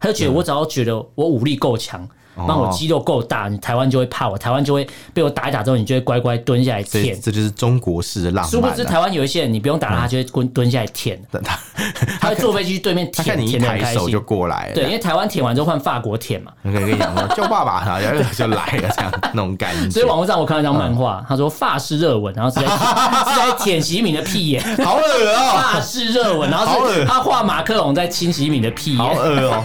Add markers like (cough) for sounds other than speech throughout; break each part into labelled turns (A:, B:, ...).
A: 他就觉得我只要觉得我武力够强，
B: 嗯
A: 帮、我肌肉够大，你台湾就会怕我，台湾就会被我打一打之后，你就会乖乖蹲下来
B: 这
A: 舔。
B: 这就是中国式的浪
A: 殊不
B: 漫
A: 知
B: 啊。
A: 台湾有一些人，你不用打他，他就会蹲蹲下来舔，
B: 他他
A: 他会坐飞机去对面
B: 他看
A: 舔，
B: 你一
A: 舔的很
B: 抬
A: 开
B: (laughs) 手就
A: 心。
B: 过来了，
A: 对，因为台湾舔完之后换法国舔嘛，
B: 我可以跟你讲说叫爸爸，然后然后就来了这样那种感
A: (laughs)
B: 觉。
A: 所以网络上我看到一张漫画，他说法式热吻，然后是在
B: (laughs)
A: 是在舔习近平的屁眼，
B: 好恶哦、
A: 法式热吻，然
B: 好
A: 后是
B: 恶
A: 他画马克龙在亲习近平的屁
B: 好
A: 眼。
B: 恶哦、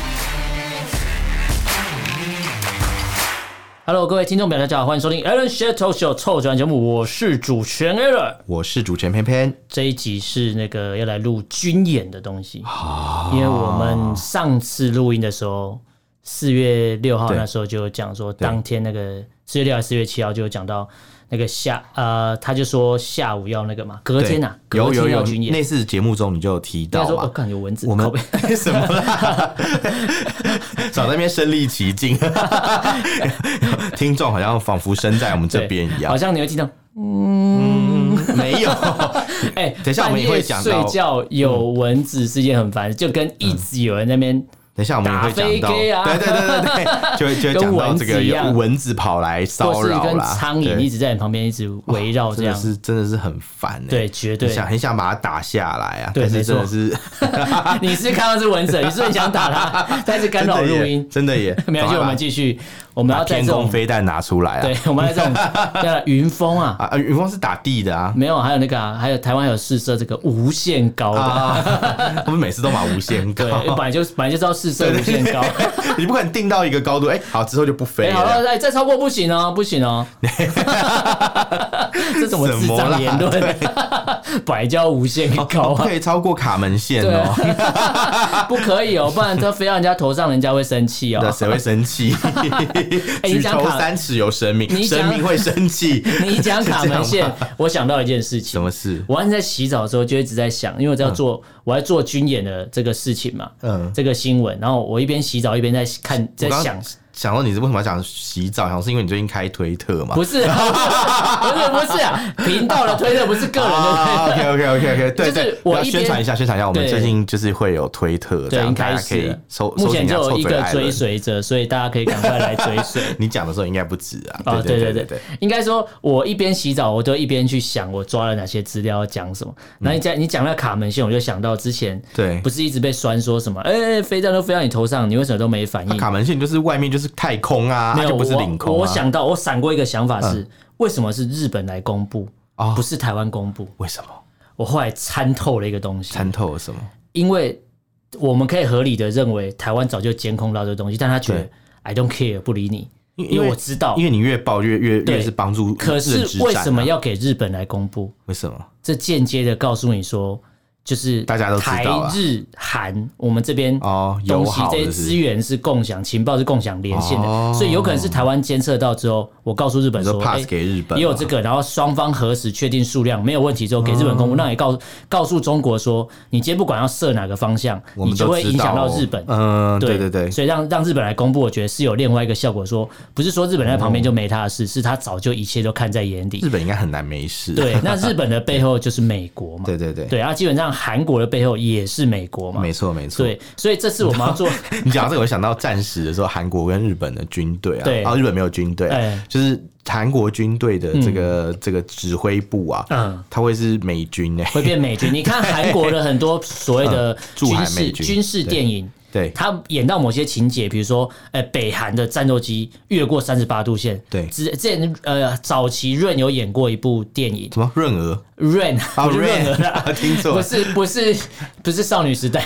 A: Hello，各位听众朋友，大家好，欢迎收听 Alan s h a t o Show 臭转节目，我是主持人 Alan。
B: 我是主持人偏偏，
A: 这一集是那个要来录军演的东西，
B: 啊
A: 因为我们上次录音的时候，四月六号
B: 对
A: 那时候就有讲说，当天那个四月六还是四月七号就有讲到那个下呃，他就说下午要那个嘛，隔天啊，
B: 对
A: 隔
B: 有有
A: 天要
B: 有
A: 军演
B: 那。次节目中你就有提
A: 他
B: 到
A: 说：“我哦
B: 嘛，
A: 感觉蚊子，
B: 我们
A: 靠背
B: 什么啦？少在那边身临其境， (laughs) 听众好像仿佛身在我们 (laughs) 这边一
A: 好
B: 样。
A: 像你会听到。
B: 嗯，没有，
A: (laughs) 哎，
B: 等一下我们也会讲到嗯
A: 半夜睡觉有蚊子是一件很烦，就跟一直有人在那边
B: 等一下我们也会讲
A: 打
B: 到，
A: 飞机啊
B: 对对对对对，就会就会讲到
A: 跟蚊
B: 这个
A: 子一
B: 有
A: 样
B: 蚊子跑来骚
A: 或是
B: 扰
A: 跟
B: 啦，
A: 苍蝇
B: 对
A: 一直在你旁边一直围绕这
B: (laughs) 真的
A: 样，
B: 是真的是很烦、欸，
A: 对，绝对
B: 很。想很想把它打下来啊，
A: 对
B: 但是
A: 没
B: 真
A: 错
B: 的是
A: (laughs)
B: (laughs)
A: 你是看到是蚊子，你是不是很想打 (laughs) 它，但是 (laughs) 干扰录音。
B: 真的耶，真的耶
A: (laughs) 没关系，
B: 赶快
A: 我
B: 把
A: 们继续，我们要
B: 把
A: 在
B: 天
A: 这
B: 空
A: 种
B: 飞弹拿出来啊，
A: (laughs) 对，我们要在这种
B: (laughs)
A: 要云峰啊，
B: 啊，啊云峰是打地的啊。
A: 没有，还有那个啊，还有台湾有试射这个无限高的，
B: 啊！ (laughs) 我们每次都把无限
A: 嗯 (laughs) 对，
B: 高，
A: 本来就本来就知道试射无限高。
B: (laughs) 你不可能定到一个高度，哎、好之后就不飞
A: 哎，
B: 了。
A: 好了，哎，再超过不行哦，不行哦， (laughs) 这什么智
B: 什么啦
A: 障言论？ (laughs) 本来就要无限高
B: 哦不
A: 啊
B: 可，以超过卡门线
A: 对 (laughs)
B: 哦，
A: 啊， (laughs) 不可以哦，不然它飞到人家头上，人家会生气
B: 那
A: 哦。
B: 谁会
A: (laughs)
B: 生气？举
A: 哎你讲
B: 头
A: 卡
B: 三尺有神明，
A: 你讲
B: 神明会生气。 (laughs)
A: 你一讲卡门
B: 是这样
A: 线
B: 吗，
A: 我想到一件事情
B: 什。么事？
A: 我当时在洗澡的时候就一直在想，因为我在做、我在做军演的这个事情嘛，
B: 嗯
A: 这个新闻，然后我一边洗澡一边在看，在
B: 我刚
A: 想，
B: 想到你是为什么要讲洗澡？好像是因为你最近开推特嘛？
A: 不是， (laughs) 不是，不是啊，频道的推特不是个人的推特。
B: (laughs) 啊，OK OK
A: (laughs)
B: OK OK，
A: 就
B: 对
A: 是
B: 对，
A: 我
B: 要
A: 一边
B: 宣传一下，宣传一下，我们
A: 对
B: 最近就是会有推特，这
A: 对，已
B: 样
A: 经
B: 大
A: 开
B: 家可
A: 始
B: 以
A: 了
B: 搜。
A: 目
B: 搜寻
A: 前
B: 一下
A: 就有一
B: 臭嘴
A: 个
B: 艾伦
A: 追随者，所以大家可以赶快来追随。
B: 你讲的时候应该不止啊，
A: 啊，对
B: 对对
A: 对
B: 对
A: 对
B: 对，
A: 应该说，我一边洗澡，我都一边去想我抓了哪些资料要讲什么。
B: 嗯
A: 然后你讲你讲那卡门线，我就想到之前
B: 对
A: 不是一直被酸说什么，哎，飞弹都飞到你头上，你为什么都没反应？
B: 啊卡门线就是外面就是太空啊，
A: 没
B: 它
A: 有，
B: 就不是领空啊。嗯
A: 我我想到，我闪过一个想法是，为什么是日本来公布，
B: 哦
A: 不是台湾公布？
B: 为什么
A: 我后来参透了一个东西，
B: 参透了什么？
A: 因为我们可以合理的认为台湾早就监控到这个东西，但他觉得
B: 对
A: I don't care，不理你，因为我知道
B: 因。为你越报越越
A: 对
B: 越是帮助
A: 可
B: 日本之
A: 是
B: 战啊
A: 为什么？要给日本来公布？
B: 为什么？
A: 这间接的告诉你说，就是
B: 大家都知
A: 台
B: 道啊
A: 日韩，我们这边
B: 哦友
A: 东西
B: 好
A: 这些
B: 是不是
A: 资源是共享，情报是共享连线的，
B: 哦
A: 所以有可能是台湾监测到之后，我告诉日本
B: 你说
A: 说
B: pass
A: 哎
B: 给日本啊
A: 也有
B: 吗
A: 这个，然后双方核实确定数量没有问题之后，给日本
B: 嗯
A: 公布，那也告告诉中国说，你今天不管要射哪个方向，
B: 我
A: 你
B: 们
A: 就
B: 都
A: 会
B: 知
A: 影响
B: 道
A: 到
B: 哦
A: 日本。
B: 嗯，对对对，
A: 所以让让日本来公布，我觉得是有另外一个效果说不是说日本在
B: 哦
A: 旁边就没他的事，是他早就一切都看在眼里
B: 日。本应该很难没事。啊 (laughs)
A: 对，那日本的背后就是美国嘛，
B: 对对对，
A: 对，然后基本上韩国的背后也是美国嘛，
B: 没错没错。
A: 对，所以这次我们要做， (laughs)
B: 你讲到这个，我想到战时的时候，韩国跟日本的军队啊，
A: 对
B: 啊，日本没有军队啊、
A: 哎
B: 就是韩国军队的这个、这个指挥部啊，
A: 嗯
B: 他会是美军哎、
A: 会变美军。你看韩国的很多所谓的
B: 驻
A: 军
B: 韩
A: 事
B: 美军
A: 军事
B: 对
A: 电影，
B: 对，
A: 他演到某些情节，比如说，呃，北韩的战斗机越过三十八度线。
B: 对
A: 之之前呃，早期润有演过一部电影，
B: 什么润娥
A: 润
B: 啊，
A: 不是润儿
B: 润
A: 啦，
B: (laughs) 啊，听错
A: 不
B: 了，
A: 是不是不是少女时
B: (laughs)
A: 代，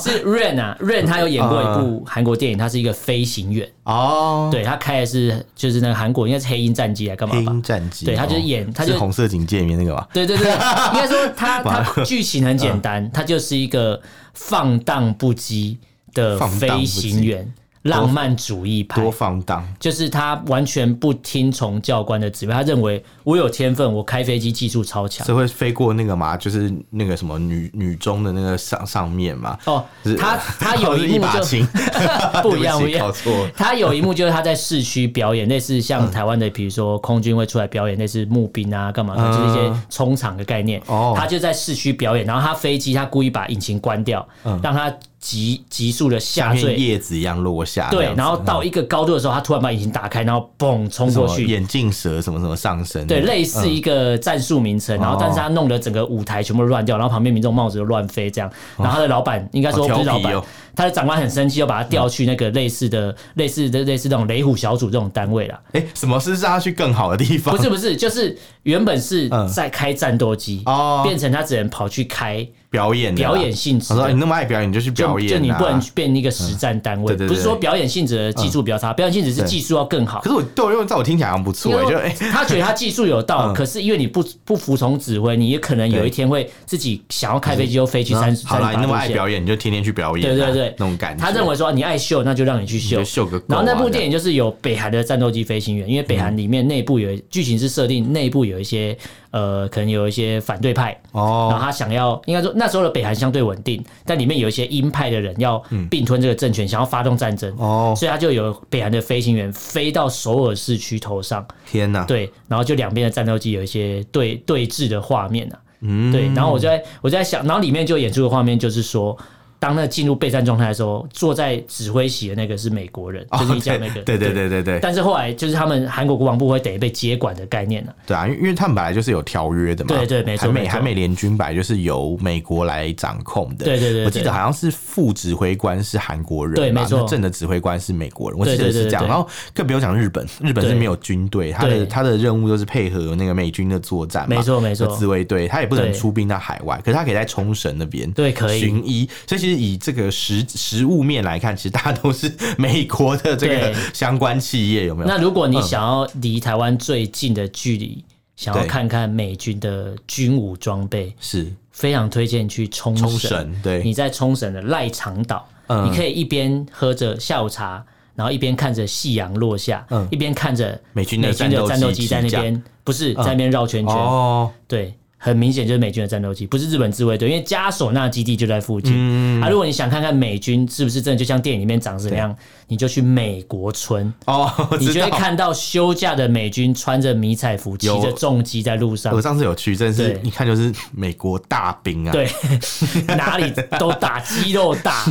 A: 是润啊润，他有演过一部韩国电影，他是一个飞行员，
B: 哦，，
A: 对他开的是就是那个韩国应该是黑鹰战机来干嘛
B: 黑
A: 吧
B: 鹰？战机，
A: 对他就是
B: 哦
A: 演他就是哎
B: 红色警戒里面那个嘛，
A: 对
B: (laughs)
A: 对对，应
B: 嗯
A: 该说他他剧情很简单，他就是一个放荡不羁。的
B: 放荡
A: 飞
B: 不
A: 行
B: 羁
A: 员，浪漫主义派
B: 多，放荡，
A: 就是他完全不听从教官的指挥，他认为我有天分，我开飞机技术超强。
B: 是会飞过那个嘛？就是那个什么女女中的那个上上面嘛？
A: 哦
B: 是，
A: 他他有
B: 是
A: 一
B: 一
A: 幕
B: 把
A: 就
B: (laughs) 琴，
A: (laughs) 不一样，不
B: 对
A: 一
B: 起搞
A: 样。
B: 错了。
A: 他有一幕就是他在市区表演，类似
B: 嗯
A: 像台湾的，比如说空军会出来表演，类似募兵啊，干嘛的，就是一些冲场的概念。
B: 嗯哦
A: 他就在市区表演，然后他飞机他故意把引擎关掉，让它急急速的下
B: 像片
A: 坠。
B: 叶嗯子一样落下这
A: 啊对
B: 样，子，嗯
A: 然后到一个高度的时候，他突然把引擎打开，然后嘣冲
B: 什
A: 过
B: 么
A: 去，
B: 眼镜蛇什么什么上身，
A: 对，类似一
B: 嗯
A: 个战术名
B: 哦
A: 称，然后但是他弄得整个舞台全部都乱掉，然后旁边民众帽子都乱飞这样，然后他的老板应该说
B: 好
A: 不是
B: 调
A: 老
B: 皮
A: 板
B: 哦，
A: 他的长官很生气，又把他调去那个类似
B: 嗯
A: 的、类似的、类似那种雷虎小组这种单位啦。
B: 哎、什么是让他去更好的地方？
A: 不是不是，就是原本是
B: 哦嗯
A: 在开战斗机，
B: 哦
A: 变成他只能跑去开
B: 表演的啦
A: 表演性质
B: 我说你
A: 的。
B: 那么爱表演，你就去
A: 就
B: 表演、啊
A: 就你不能去变一个实战单位，
B: 嗯对对对
A: 不是说表演性质的技术比较差，表演性质是
B: 对
A: 技术要更好
B: 可。是我对我用在我听起来好像不错、欸，
A: 因
B: 就
A: 为
B: 哎、嗯
A: 他觉得他技术有道，可是因为你不不服从指挥，你也可能有一天会自己想要开飞机就飞去三
B: 啊好
A: 三
B: 啦，
A: 八
B: 你那么
A: 路
B: 爱
A: 线。
B: 表演，你就天天去表演、啊，
A: 对对对，
B: 那种感觉。
A: 他认为说你爱秀，那就让你去
B: 你
A: 秀
B: 就。秀个够啊、嗯
A: 然后那部电
B: 影
A: 影就是有北韩的战斗机飞行员，因为北韩里面内部有剧情是设定内部有一些呃，可能有一些反对派，然后
B: 哦，
A: 他想要应该说那时候的北韩相对稳定，但里面有一些鹰派的人要并吞这个政权，想要发动战争，
B: 嗯哦
A: 所以他就有北韩的飞行员飞到首尔市区头上，
B: 天哪、
A: 对，然后就两边的战斗机有一些对对峙的画面啊，嗯，对，然后我就在我就在想，然后里面就演出的画面就是说，当那进入备战状态的时候，坐在指挥席的那个是美国人，
B: 哦
A: 就是你讲那个，
B: 对对 (laughs) 对对对对
A: 但是后来就是他们韩国国防部会等于被接管的概念了、
B: 对啊，因为因为他们本来就是有条约的嘛，
A: 对对没错
B: 韩
A: 没
B: 美
A: 错
B: 韩美联军本来就是由美国来掌控的，
A: 对对对对
B: 我记得好像是副指挥官是韩国人嘛，
A: 对没错
B: 那正的指挥官是美国人，我记
A: 对对
B: 得
A: 对
B: 是这样。
A: 对对
B: 然后更不用讲日本，日本是
A: 对
B: 没有军队，他的
A: 对
B: 他的任务就是配合那个美军的作战嘛，
A: 没错没错
B: 自卫队他也不能
A: 对
B: 出兵到海外，可是他可以在冲绳那边
A: 对可以
B: 巡医，所以其实以这个实实物面来看，其实大家都是美国的这个
A: 对
B: 相关企业有没有？
A: 那如果你想要离台湾最近的距离，想要
B: 对
A: 看看美军的军武装备，
B: 是
A: 非常推荐去冲
B: 冲
A: 绳。
B: 绳对
A: 你在冲绳的赖长岛，
B: 嗯
A: 你可以一边喝着下午茶，然后一边看着夕阳落下，
B: 嗯
A: 一边看着
B: 美军的
A: 战
B: 战
A: 斗
B: 斗
A: 机
B: 机
A: 在那
B: 起降嗯
A: 边，不是在那边绕圈圈。
B: 哦。
A: 对，很明显就是美军的战斗机，不是日本自卫队，因为加索纳基地就在附近。
B: 嗯
A: 啊，如果你想看看美军是不是真的就像电影里面长什么样，你就去美国村。
B: 哦，我
A: 你
B: 知
A: 就会
B: 道。
A: 看到休假的美军穿着迷彩服，骑
B: 有
A: 着重机在路上
B: 我，上次有去，真的是
A: 对
B: 一看就是美国大兵啊，，
A: 对， (laughs) 哪里都打，肌肉
B: (laughs)
A: 大，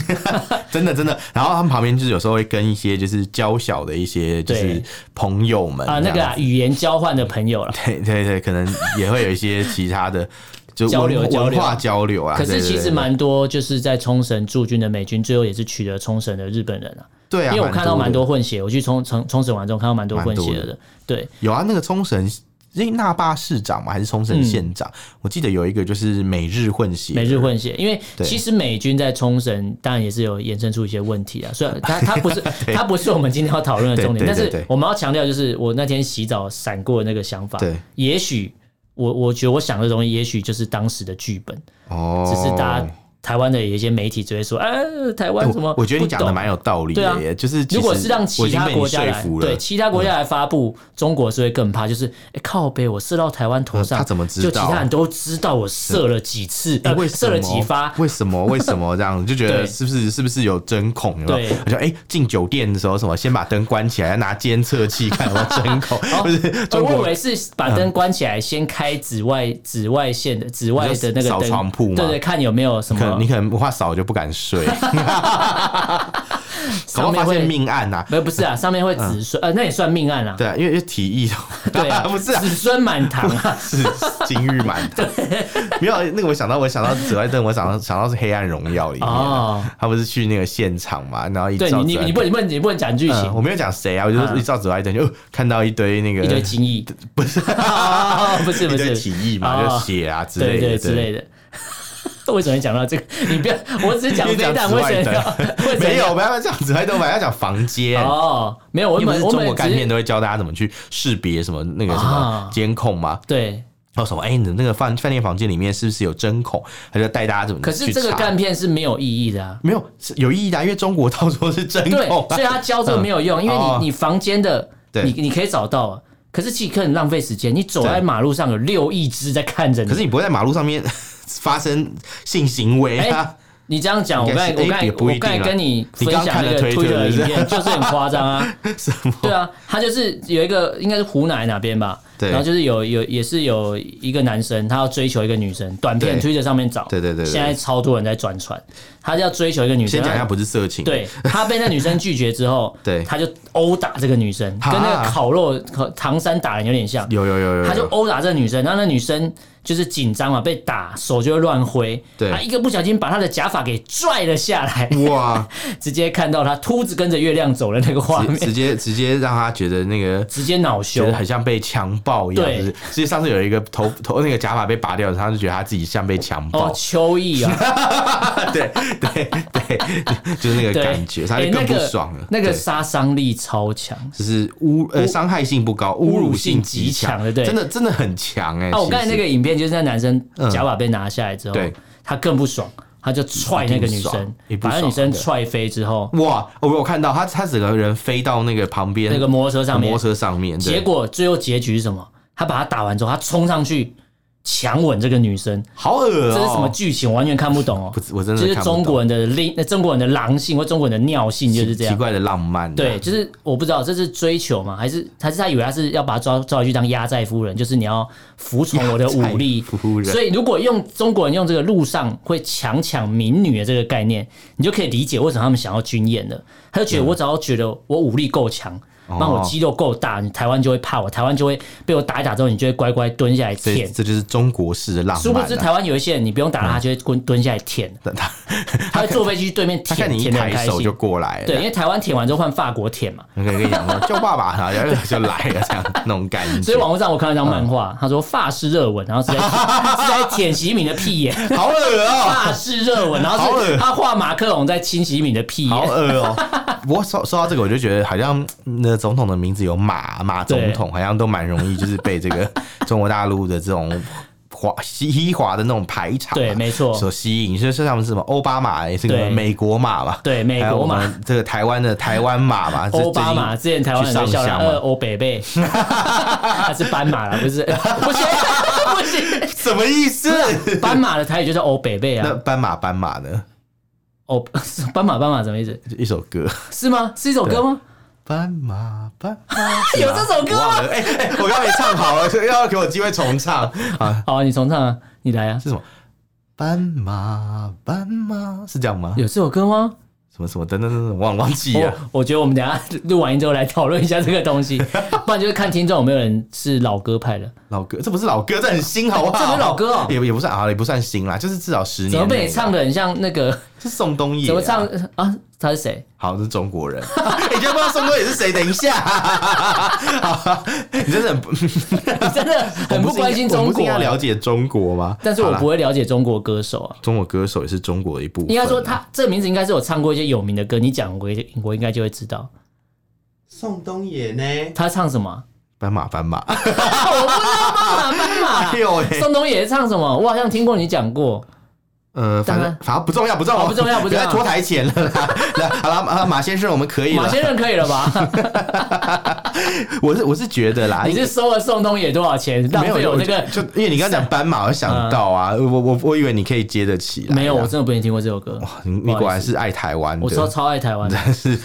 B: 真的真的。然后他们旁边就是有时候会跟一些就是娇小的一些就是
A: 对
B: 朋友们
A: 啊，那
B: 这
A: 个
B: 样
A: 啊语言交换的朋友了。
B: 对对对，可能也会有一些其他的就
A: 交流
B: 文
A: 交流
B: 文化交流啊。
A: 可是
B: 对对
A: 其
B: 对
A: 实蛮多，就是在冲绳驻军的美军，最后也是取得冲绳的日本人啊。
B: 对啊，
A: 因为我看到蛮
B: 的
A: 多混血，我去冲冲冲绳玩之后看到蛮多混血
B: 蛮多
A: 的。对，
B: 有啊，那个冲绳。因为那霸市长嘛，还是冲绳县长？我记得有一个就是美日混血，
A: 嗯美日混血，因为
B: 对
A: 其实美军在冲绳当然也是有衍生出一些问题啊，
B: (laughs)
A: 虽然它它不是它不是我们今天要讨论的重点，
B: 对对
A: 但
B: 对
A: 是
B: 对
A: 我们要强调就是我那天洗澡闪过的那个想法
B: 对，
A: 也许我我觉得我想的东西，也许就是当时的剧本，
B: 哦，
A: 只是大家台湾的有一些媒体只会说，哎、台湾什么
B: 我我觉得你
A: 不
B: 讲的
A: 懂
B: 蛮有道理的
A: 对啊
B: 耶，就是其
A: 如果
B: 实
A: 是让
B: 我
A: 其
B: 已经
A: 他
B: 被你
A: 国家
B: 说
A: 来
B: 服了嗯
A: 对其他国家来发布，中国是会更怕，就是、哎靠背我射到台湾头上，
B: 嗯他怎么知道
A: 就其他人都知道我射了几次，
B: 欸
A: 呃
B: 为什
A: 射
B: 么
A: 了几发，
B: 为什么？为
A: (laughs)
B: 什么这样？就觉
A: 对
B: 得是不是是不是有针孔？有没有
A: 对？
B: 我说哎，进酒店的时候什么，先把灯关起来，拿监测器看有没有针孔，不是
A: 呃
B: 中
A: 我以
B: 国。
A: 为是把灯
B: 嗯
A: 关起来，先开紫外紫外线的紫外的那个
B: 扫
A: 灯
B: 床铺吗
A: 对对，看有没有什
B: 可能
A: 么
B: 你。可能话少就不敢
A: (laughs)
B: 睡，然
A: 上
B: 后
A: 面
B: 发现
A: 会
B: 命案呐、啊，
A: 没有不是啊，上面会子孙呃，那也算命案啊。
B: (laughs) 对啊，因为因为提议，
A: (laughs) 对啊
B: (laughs) 不是啊
A: 子，孙满堂啊。
B: 是金玉
A: (laughs)
B: 满堂，没有那个我想到我想到紫外灯，我想到想到是黑暗荣耀里面啊、
A: 哦
B: 他不是去那个现场嘛，然后一
A: 对
B: 照
A: 你你
B: 紫外
A: 你不
B: 灯
A: 你不你不能讲剧
B: 嗯，我
A: 情，
B: 没有讲谁啊，我就
A: 嗯
B: 一照紫外灯就、呃看到一堆那个
A: 一堆精益
B: 不是，
A: 哦不是不
B: 一堆
A: 是
B: 起义嘛，
A: 哦
B: 就血啊之
A: 对
B: 类的
A: 对之类的。 (laughs) 为什么你讲到这个？你不要，我只是讲
B: 因为
A: 飞
B: 讲
A: 弹，
B: 紫
A: 为什
B: 外
A: 么要？为
B: 灯，
A: 什么
B: (laughs) 没
A: 要
B: 有，不要这样子，还都本来要讲房间。
A: 哦，没有，我
B: 因
A: 们
B: 为不是
A: 我
B: 中国
A: 们
B: 干
A: 只
B: 片
A: 是
B: 都会教大家怎么去识别什么那个什
A: 啊
B: 么监控吗？
A: 对
B: 还有什么？哎、你的那个饭饭店房间里面是不是有针孔？他就带大家怎么
A: 可是
B: 去
A: 这个
B: 查
A: 干片是没有意义的啊。
B: 没有是有意义的啊、因为中国到处都是针
A: 对，
B: 孔、啊
A: 所以，他教这个没有用，因为
B: 哦
A: 你你房间的，
B: 对
A: 你你可以找到啊。可是其实很浪费时间，你走在
B: 对
A: 马路上有六亿只在看着你。
B: (laughs) 可是你不会在马路上面发生性行为啊？
A: 你这样讲，我
B: 应
A: 刚
B: 该
A: 才我
B: 是
A: 刚
B: 哎也
A: 才
B: 不
A: 我
B: 一定
A: 刚才
B: 啦
A: 跟你
B: 你
A: 分
B: 刚
A: 享
B: 看
A: 那
B: 了
A: 个推
B: Twitter
A: 特的
B: 是
A: 影
B: 不是
A: 片，就是很夸张啊。
B: 什么？
A: 对啊，他就是有一个应该是湖南哪边吧，
B: 哦对
A: 然后就是有有也是有一个男生，他要追求一个女生，短片
B: 对
A: 推特上面找，
B: 对对对对对
A: 现在超多人在转传，他要追求一个女生，
B: 先讲一下，
A: 他
B: 不是色情。
A: 对他被那女生拒绝之后，
B: (laughs) 对
A: 他就殴打这个女生，
B: 哈
A: 跟那个烤肉烤唐山打人有点像，
B: 有，有有有有，
A: 他就殴打这个女生，然后那女生就是紧张嘛，被打手就会乱挥，
B: 对嗯
A: 他一个不小心把她的假发给拽了下来，
B: 哇，
A: (laughs) 直接看到她秃子跟着月亮走的那个画
B: 直
A: 面，
B: 直接直接让他觉得那个。
A: 直接恼
B: 觉
A: 羞
B: 得。很像被强暴一样，
A: 对
B: 就是其实上次有一个头头那个假发被拔掉，他就觉得他自己像被强
A: 哦
B: 暴，，
A: 秋意啊，
B: (laughs) 对对对，就是那个
A: 对，
B: 感觉，他
A: 哎
B: 就更
A: 那
B: 不
A: 个
B: 爽了。
A: 那个
B: 对
A: 杀伤力超强。
B: 就是污呃伤害性不高，侮辱性
A: 侮
B: 极
A: 辱性极强对不对
B: 真的真的很强哎。
A: 啊，我刚才
B: 其
A: 那
B: 实
A: 个影片就是那男生
B: 嗯
A: 假发被拿下来之后
B: 对，
A: 他更不爽，他就踹那个女
B: 一定不爽
A: 生
B: 一定，不
A: 把
B: 爽嗯
A: 那女生踹飞之后，
B: 哇，我有看到他他整个人飞到那个旁边
A: 那个摩托车上
B: 摩
A: 面
B: 托，车上面，对
A: 结果最后结局是什么？他把他打完之后，他冲上去强吻这个女生，
B: 好恶哦，
A: 这是什么剧情？我完全看不懂哦
B: 不。知我真的
A: 就是
B: 看不懂
A: 中国人的另中国人的狼性或中国人的尿性就是这
B: 奇
A: 样。
B: 怪的浪漫啊，
A: 对，就是我不知道这是追求吗？还是还是他以为他是要把他抓抓回去当压寨夫人，就是你要服从我的武力。
B: 太夫人
A: 所以如果用中国人用这个路上会强抢民女的这个概念，你就可以理解为什么他们想要军演了。他就觉
B: 嗯
A: 得我只要觉得我武力够强。
B: 哦
A: 帮我肌肉够大，你台湾就会怕我，台湾就会被我打一打之后，你就会乖乖蹲下来
B: 所以
A: 舔。
B: 这就是中国式的浪
A: 殊不
B: 漫
A: 知
B: 啊。
A: 台湾有一些人，你不用打他，他就会蹲蹲下来舔，
B: 他 (laughs) 他
A: 他会坐飞机去对面
B: 他看
A: 舔，
B: 你一
A: 舔的很
B: 抬
A: 开
B: 手
A: 心
B: 就。哎过来了，
A: 对，因为台湾舔完之后换法国舔嘛，
B: 我可以跟你讲说 (laughs) 叫爸爸，然后就来了这样那种感觉，
A: 所以网络上我看到一张漫
B: 嗯
A: 画，他说发式热吻，然后是在
B: (laughs)
A: 是在舔习近平的屁眼，
B: 好恶哦，
A: 发式热吻，然
B: 好
A: 后
B: 恶
A: 是他画马克龙在亲习近平的屁
B: 好
A: 眼，
B: 恶哦。不过说说到这个，我就觉得好像嗯那总统的名字有马马总统，好像都蛮容易就是被这个中国大陆的这种。华西华的那种排场啊、
A: 对没错
B: 所吸引，所以像他们是什么奥巴马也是个
A: 对
B: 美国马嘛，
A: 对美
B: 还有
A: 国
B: 我
A: 马
B: 们这个台湾的台湾马嘛，这
A: (laughs) 欧巴马之
B: 最近
A: 前台湾人在笑
B: 去
A: 他
B: 上香嘛
A: 呃欧北
B: (laughs)
A: 贝，他是斑马了，不是 (laughs) 不行不行，
B: 什么意思？
A: 斑马的台语就叫欧北贝
B: 那
A: 啊，
B: 斑马斑马呢？
A: 欧斑马斑马什么意思？
B: 就一首歌，
A: 是吗？是一首歌吗？啊
B: 斑马斑马
A: 有这首歌
B: 我
A: 吗
B: 忘了，哎、哎我刚刚也唱好了， (laughs) 所以要给我机会
A: (laughs)
B: 重唱啊？
A: 好啊，你重唱啊，你来啊，
B: 是什么？斑马斑马是这样吗？
A: 有这首歌吗？
B: 什么什么等等等等，忘忘记了。
A: 我我觉得我们等一下录完音之后来讨论一下这个东
B: (laughs)
A: 西，不然就是看听众有没有人是老歌派的。
B: 老歌，这不是老歌，这很新，好不好？
A: 这不是老歌哦
B: (laughs) 也也不算啊，也不算新啦，就是至少十年。
A: 怎么被你唱
B: 的？
A: 的很像那个？
B: 是宋冬野、
A: 怎么唱？啊？他是谁？ (laughs)
B: 好，是中国人。 (laughs) 哎你就不知道宋冬野是谁？等一下， (laughs) 好你真的很不
A: 你真的很不关心
B: 我
A: 中
B: 们不是
A: 国
B: 应该了
A: 啊。
B: 解中国吗？
A: 但是
B: 好
A: 我
B: 啦
A: 不会了解中国歌手啊。
B: 中国歌手也是中国的一部分啊。
A: 应该说他这个名字应该是有唱过一些有名的歌，你讲我也我应该就会知道
B: 宋冬野呢？
A: 他唱什么啊。
B: 斑马斑马，
A: 哦啊斑马啊
B: 哎呦喂！
A: 宋冬野唱什么？我好像听过你讲
B: (laughs)
A: 过。
B: 呃，反
A: 当
B: 正
A: 然
B: 反正不重要，不重要，
A: 哦好不重要不重要
B: 别再拖台前了啦。来，好了，啊马先生，我们可以
A: 马
B: 了。
A: 先生可以了
B: (laughs)
A: 吧？
B: 我是我是觉得啦，
A: 你是收了宋冬野多少钱？浪
B: 哎没有
A: 费我
B: 我
A: 这个嗯
B: 就因为你刚刚讲斑马，我想到啊，我我我以为你可以接得起来。
A: 没有，我真的没听过这首歌。
B: 你你果然是爱台湾
A: 我超
B: 的。
A: 超爱台湾的。
B: 但是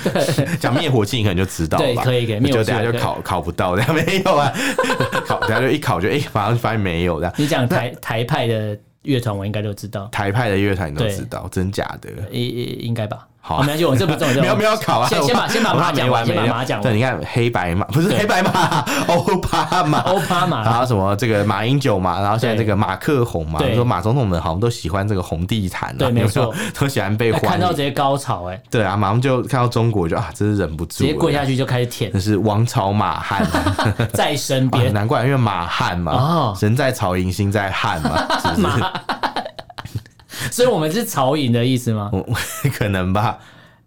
A: (laughs)
B: 讲灭火器，你可能就知道了吧？
A: 对可以可以灭
B: 就
A: 火器
B: 等下就
A: 可以
B: 考考不到，等下没有啊， (laughs) 考等下就一考就哎，马上发现没有的。
A: (laughs) 你讲台台派的乐团，我应该都知道，
B: 台派的乐团你都
A: 对
B: 知道，真假的？
A: 应应应该吧？哦
B: 好
A: 没关系，我这不重要，
B: (laughs) 没有没有考啊，
A: 先先把
B: 我
A: 先把
B: 我怕
A: 马讲
B: 没
A: 完，先把
B: 没了
A: 马讲
B: 对，
A: 完。
B: 你看黑白马不是
A: (laughs)
B: 黑白马，欧巴马。
A: 欧巴马
B: 然
A: 啦，
B: 后什么这个马英九嘛，然后现在这个马克宏嘛，
A: 对
B: 说马总统们好像都喜欢这个红地毯啊，
A: 对
B: 有没有
A: 没错，
B: 都喜欢被欢
A: 看到直
B: 迎。
A: 接高潮哎，
B: 对啊，马上就看到中国就啊，真是忍不住
A: 直
B: 了，
A: 接跪下去就开始
B: (laughs)
A: 舔
B: 真是王朝马汉，
A: 在身
B: 啊 (laughs)
A: 边。
B: 难怪因为马汉嘛
A: 哦，
B: 人在曹营心在
A: (laughs)
B: 汉嘛，是不是？
A: 所以我们是曹营的意思吗？
B: 我 (laughs) 可能吧，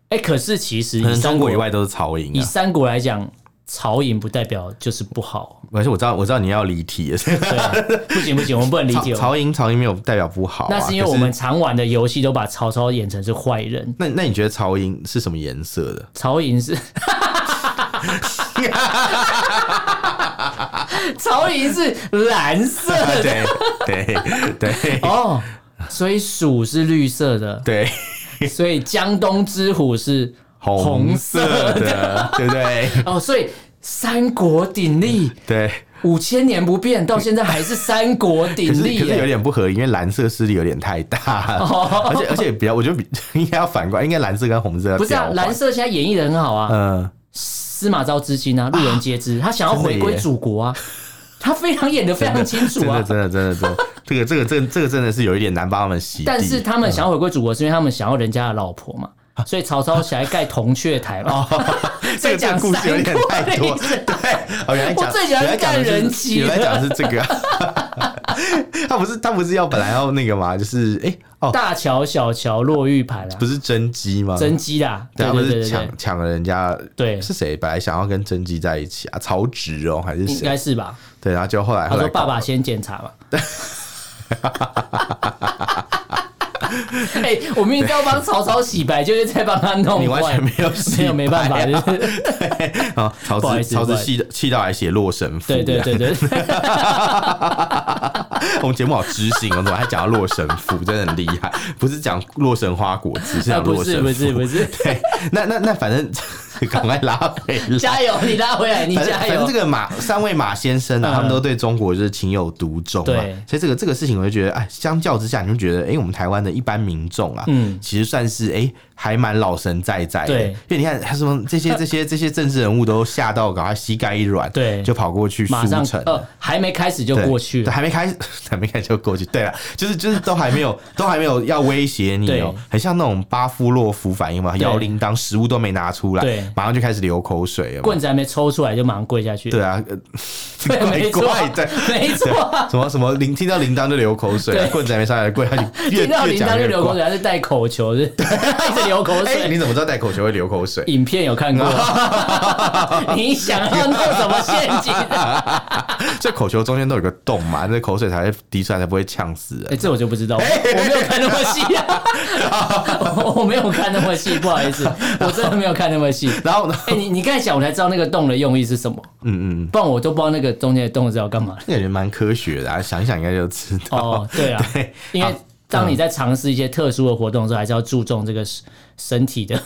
A: 哎，可是其实
B: 可能
A: 以
B: 中
A: 三
B: 国
A: 国
B: 以，外都是曹营
A: 以
B: 啊。
A: 三国来讲，曹营不代表就是不
B: (laughs)
A: 好，
B: 而且我知道，我知道你要
A: (laughs)
B: 离题了。 (laughs)
A: 对啊，不行不行，我们不能理
B: 曹
A: 解。
B: 曹营曹营没有代表不好啊、
A: 那是因为
B: 可
A: 我们常玩的游戏都把曹操演成是坏人，
B: 那那你觉得曹营是什么颜色
A: (laughs)
B: 的？
A: 曹营
B: (laughs)
A: 是，曹营是蓝色的
B: (laughs) 对对对
A: 哦，所以鼠是绿色的，
B: 对，
A: 所以江东之虎是
B: 红色的，对不对？
A: 哦，所以三国鼎立
B: 对，
A: 五千年不变，到现在还是三国鼎
B: 可是
A: 立
B: 可是有
A: 耶。
B: 点不合理，因为蓝色势力有点太大，而且而且比较，我觉得比应该要反过来，应该蓝色跟红色要
A: 哦不是
B: 调
A: 啊，
B: 换
A: 蓝色现在演绎的很好啊，
B: 嗯，
A: 司马昭之心啊，路人皆知，他想要回
B: 真的
A: 归
B: 耶
A: 祖国啊，他非常演的非常清楚
B: (laughs) 真
A: 啊
B: 的。真的真的真
A: (laughs)
B: 的，这个这个这个这个真的是有一点难帮他们洗地。
A: 但是他们想要回归祖国，是因为他们想要人家的老婆嘛，
B: 啊
A: 所以曹操想要盖铜雀台
B: (laughs)
A: 嘛。
B: 这
A: (laughs) 在
B: 个哦这
A: 讲
B: 个故事有点太多，
A: 三
B: 对，哦，原来讲
A: 我最喜欢
B: 原来讲的是
A: 干人机
B: 原来讲的是这个 (laughs) 啊，他不是他不是要本来要那个嘛，就是哎、哦，
A: (laughs) 大乔、小乔、落玉盘啊
B: 不，是甄姬吗？
A: 甄姬啦，
B: 对，
A: 对
B: 啊他不
A: 对对对对
B: 是抢，抢了人家，
A: 对
B: 是谁本来想要跟甄姬在一起啊？曹植哦，还是
A: 应
B: 谁
A: 该？是吧？
B: 对，然后就后来
A: 他
B: 后
A: 说
B: 来：“
A: 爸
B: 搞
A: 爸先检查
B: (laughs)
A: 嘛。” (laughs) 哎、我明明在帮曹操洗白，就是在帮他弄坏。
B: 哎你完全没有洗
A: 没有没办法，
B: 白 (laughs) 啊
A: 就是
B: 啊，曹
A: 不好
B: 植
A: 意思
B: 曹
A: 不
B: 植
A: 好意思
B: 气到气到还写《洛神赋》，
A: 对对对，对，
B: (laughs) 我们节目好知性哦，怎么还讲到《洛神赋》，真的很厉害， (laughs) 不是讲《洛神花果子》，是
A: 啊
B: 讲《
A: (laughs) 不
B: 洛神
A: 是
B: 赋》，
A: 不是不是，
B: (laughs) 对，那那那反正 (laughs) 赶快拉回
A: (laughs)
B: 来。
A: 加油，你拉回来，你
B: 反正
A: 加
B: 反正
A: 油
B: 这。个马三位马先生啊，
A: 嗯
B: 他们都对中国就是情有独钟嘛
A: 对，
B: 所以这个这个事情，我就觉得，哎，相较之下，你就觉得，哎，我们台湾的一般民众啊，
A: 嗯
B: 其实算是哎还蛮老神在在的，
A: 对
B: 因为你看他什么
A: (laughs)
B: 这些这些这些政治人物都吓到，搞他膝盖一软，
A: 对
B: 就跑过去
A: 马
B: 书
A: 上
B: 城。
A: 呃，还没开始就
B: 对
A: 过去
B: 对，
A: 了。
B: 还没开 (laughs) 始，还没开始就过去。对了，就是就是都还没有， (laughs) 都还没有要威胁你哦、
A: 对
B: 很像那种巴夫洛夫反应嘛，摇铃铛，食物都没拿出来，
A: 对
B: 马上就开始流口水了嘛。
A: 棍子还没抽出来就马上跪下去，
B: 对啊，呃
A: (laughs) 对
B: (laughs) 怪
A: 没错
B: 怪的。
A: 没
B: 对
A: 错，
B: 什么什么铃，听到铃铛就流口水啊，
A: 对
B: 棍子还没上来，跪下去，
A: (laughs)
B: 越
A: 听到铃铛就流口。
B: 越
A: 水，还是带口球是， (laughs) 一直流口
B: 讲越怪哎，
A: 水。
B: 你怎么知道戴口球会流口
A: (laughs)
B: 水？
A: 影片有看
B: (laughs)
A: 过，你想要弄什么陷
B: (laughs)
A: 阱？
B: 这口球中间都有个洞嘛，那口水才会滴出来，才不会呛死
A: 哎，
B: 人。
A: 这我就不知道，我我没有看那么细
B: (laughs)
A: 啊，我我没有看那么细，不好意思，我真的没有看那么
B: (laughs)
A: 细。
B: 然
A: (laughs)
B: 后呢？
A: 哎，你你刚才讲，我才知道那个洞的用意是什么，
B: 嗯嗯，嗯
A: 不然我都不知道那个中间的洞是要干嘛的。
B: 这感觉蛮科学的，啊，想一想应该就知道。
A: 哦，对
B: (laughs)
A: 啊，因为当
B: 嗯
A: 你在尝试一些特殊的活动的时候，还是要注重这个身体的，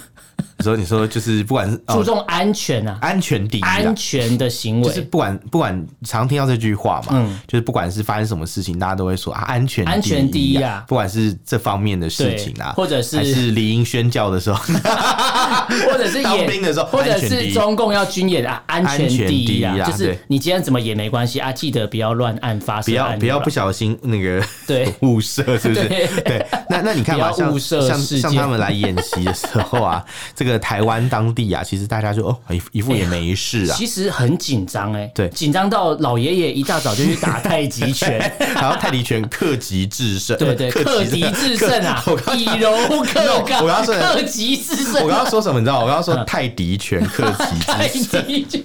B: 你说你说就是不管是
A: 注
B: 哦
A: 重安全啊，
B: 安全第一啦
A: 安，全的行
B: 就是
A: 为，
B: 不管不管常听到这句话嘛，
A: 嗯
B: 就是不管是发生什么事情，大家都会说啊安全
A: 安全第
B: 一
A: 一
B: 啊
A: 啊，
B: 不管是这方面的事情啊，
A: 对或者是
B: 还是离英宣教的
A: (laughs)
B: 时候，
A: 或者是
B: 当
A: 演
B: 兵的时候
A: 或者
B: 安全第
A: 是
B: 一
A: 中共要军演啊，安全第一
B: 安全第一
A: 啊，
B: 啊
A: 就是
B: 对
A: 你今天怎么演没关系啊，记得不要乱按发
B: 不
A: 射
B: 要
A: 按钮啊，
B: 不要不小心那个 (laughs)
A: 对
B: 误射，是不是？
A: 对
B: 对，那那你看
A: (laughs)
B: 嘛，
A: 不要
B: 像
A: 误射
B: 像
A: 事件
B: 像他们来演习的时候啊， (laughs) 这个台湾当地啊，其实大家就哦一一副也没事啊，
A: 其实很紧张哎，
B: 对
A: 紧张到老爷爷一大早就去打太极
B: (laughs)
A: 拳，
B: 然后泰迪拳克己制胜，
A: 哎对对，
B: 克
A: 克
B: 己
A: 敌
B: (laughs) 制
A: 制胜啊
B: 克我刚，
A: 以柔克刚，
B: (laughs) 我刚刚说的
A: 克敌制
B: 我
A: 胜，
B: 刚刚说什么？你知道？我刚刚说泰迪拳克己
A: 嗯 (laughs) 太
B: 制胜，
A: 极拳，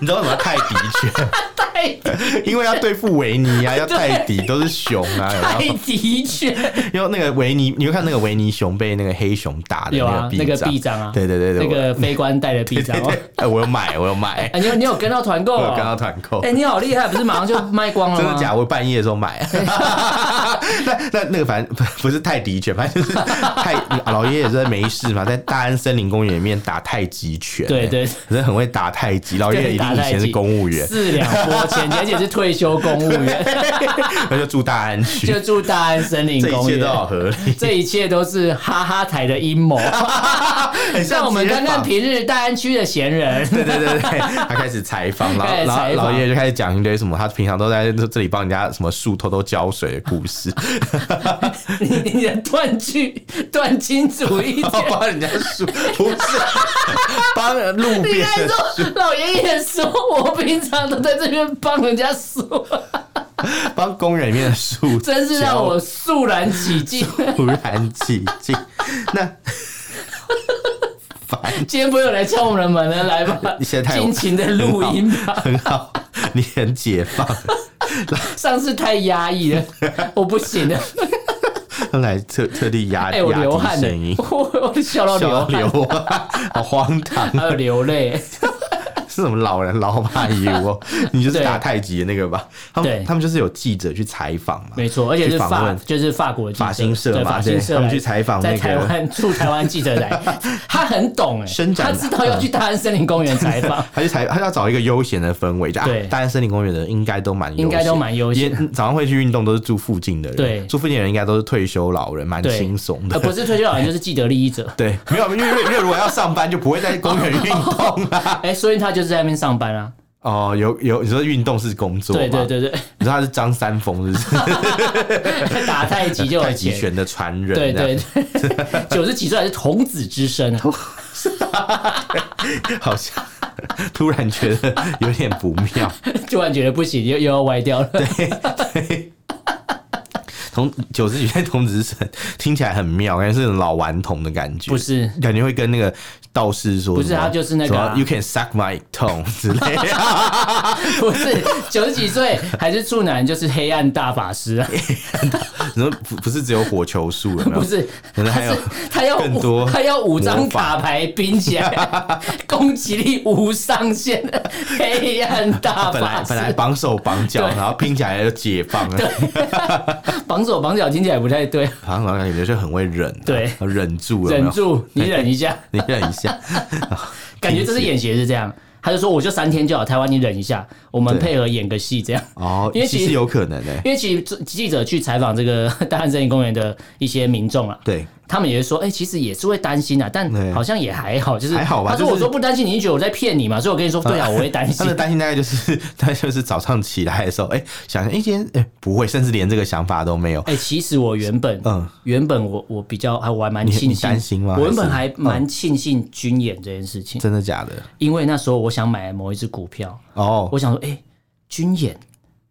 B: 你知道为什么叫泰迪拳？
A: 太
B: (laughs)
A: 极 (laughs)
B: 因为要对付维尼啊，要泰迪都是熊啊，有没
A: 太
B: 有
A: 极拳，
B: 因为那个维尼，你有看那个维尼熊被那个黑熊打的
A: 有啊，
B: 那
A: 那
B: 个
A: 个
B: 臂
A: 臂
B: 章，
A: 章啊，
B: 对对对对，
A: 那个非官
B: (laughs)
A: 戴的臂
B: 对
A: 章
B: 对
A: 哦。
B: 对哎，我有买，我有买，
A: 哎，你有你有跟到团购
B: 我有跟
A: (laughs)
B: 到
A: 哦？
B: 团购
A: 哎，。你好厉害，不是马上就卖光了
B: 真
A: 吗？
B: 的假的？我半夜的时候买。
A: (laughs)
B: 那那那个反正不 (laughs) 不是泰迪拳，反正就是泰老爷爷真的没事嘛，在大安森林公园里面打太极拳、
A: 对对
B: 真的很会打太极。老爷爷
A: 对
B: 一定
A: 打
B: 以
A: 太
B: 前是
A: 极
B: 公务员，
A: 四两拨千斤，而且是退休公务
B: (laughs)
A: 员，
B: 那就住大安区
A: 啊就，住大安森林
B: 这一
A: 公
B: 切都好
A: 园。
B: 合
A: (laughs)
B: 理。
A: 这一切都是哈哈台的阴谋，
B: (laughs) 很
A: 像我们
B: 街
A: 刚刚
B: 访
A: 平日大安区的闲人。 (laughs)
B: 对对对对，他开始采访，然后
A: 开始
B: 然后
A: 采访
B: 老爷爷就开始讲一堆什么，他平常都在这里帮人家什么树偷偷浇水的故事，
A: 你你的断句断清楚一
B: (laughs)
A: 点。
B: 帮人家树不是帮路
A: 你
B: 边
A: 还
B: 的
A: 说老爷爷说，我平常都在这边帮人家说，
B: 帮工人里面的树，
A: 真是让我肃然起敬。
B: 突然起劲。那烦。
A: 今天不会有来敲我们的门的，来吧，
B: (laughs) 你现在太
A: 尽情的录音吧。
B: 很好，你很解放。
A: 上次太压抑
B: (laughs)
A: 了，我不行了， (laughs)
B: 来特特地压
A: 哎，我
B: 压
A: 流
B: 低
A: 汗
B: 声音
A: 了，， (laughs) 我我笑到
B: 笑
A: 流
B: 到
A: 汗，
B: 流汗，好荒唐
A: 还有流
B: (laughs)
A: 泪。
B: 是什么老人老马
A: (laughs)
B: 衣哦？你就是打太极的那个吧？他
A: 对
B: 们他们就是有记者去采访嘛，
A: 没错，而且
B: 去
A: 是
B: 访
A: 法
B: 问
A: 就是法国的记者
B: 法新社
A: 对
B: 嘛
A: 法新
B: 对
A: 社
B: 他们
A: 来
B: 去采访
A: 在
B: 那个
A: 台湾驻台湾记者
B: (laughs)
A: 来，他很懂哎、
B: 伸展啊
A: 他知道要去大安森林公园采访，
B: 他就采，他就要找一个悠闲的氛围，就啊
A: 对，
B: 大安森林公园的人应该都蛮悠闲
A: 应该都蛮悠闲
B: 因为早上会去运动都是住附近的人，
A: 对
B: 住附近的人应该都是退休老人，蛮
A: 对，
B: 轻松
A: 呃
B: 的。
A: 不是退休老人就是既得利益者，
B: (laughs) 对，没有，因为因为因为如果要上班，就不会在公园
A: (laughs)
B: 运动 (laughs) 啊。
A: 哎、所以他就是在那边上班啊，
B: 哦，有有，你说运动是工作嘛？
A: 对对，对
B: (laughs)
A: 对，
B: 你说他是张三丰，是
A: (laughs)
B: 不
A: 打太极
B: 是
A: 就有
B: 太极
A: 钱，
B: 拳的传人？啊
A: 对对对，九十几岁还是童子之身啊，
B: 对，好像 (laughs) 突然觉得有点不妙。
A: (laughs) 突然觉得不行，又又要歪掉了，
B: 童九十几岁童子神听起来很妙，感觉是老顽童的感觉，
A: 不是
B: 感觉会跟那个道士说什么，
A: 不是他就是那个啊
B: 什么 You can suck my tongue 之类的，
A: (laughs) (laughs) 不是九十几岁还是处男就是黑暗大法师
B: (laughs)
A: 啊，
B: 你说不不是只有火球术有没有？
A: 不是，
B: 可能还有
A: 他是他要
B: 更
A: 五
B: 多
A: 他要五张
B: 魔
A: 卡
B: 法
A: 牌拼起来，攻击力无上
B: (laughs)
A: 限，黑暗大
B: 他 (laughs) 本来
A: 法师
B: 本。来绑手绑脚，
A: 对
B: 然后拼起来就解放了，
A: 绑手绑脚听起来不太对，
B: 好像老感觉就很会忍啊，
A: 对
B: 忍住了，
A: 忍，住，你忍一下，
B: 你忍一下，
A: 感觉这次演习是这样。他就说，我就三天就好，台湾你忍一下，我们
B: 对
A: 配合演个戏这样。
B: 哦，
A: 因为其
B: 其
A: 实
B: 实有可能欸诶，
A: 因为其实记者去采访这个大汉森林公园的一些民众啊，
B: 对，
A: 他们也是说，哎、其实也是会担心啊，但
B: 对
A: 好像也还好，就是
B: 还好吧
A: 他说
B: 就是
A: 我说不担心，你就觉得我在骗你嘛，所以我跟你说，对啊，我会担
B: 他
A: 心
B: 的。担心大概就是 (laughs) 他就是早上起来的时候，哎，想想，哎，今天哎不会，甚至连这个想法都没有，
A: 哎、其实我原本，
B: 嗯
A: 原本我我比较还我还蛮
B: 你
A: 庆
B: 你
A: 幸，
B: 担心吗嗯
A: 我原本
B: 还
A: 还
B: 是
A: 蛮庆幸军演这件事情，
B: 真的假的？
A: 因为那时候我想买某一只股票，
B: 哦，
A: 我想说，哎、军演。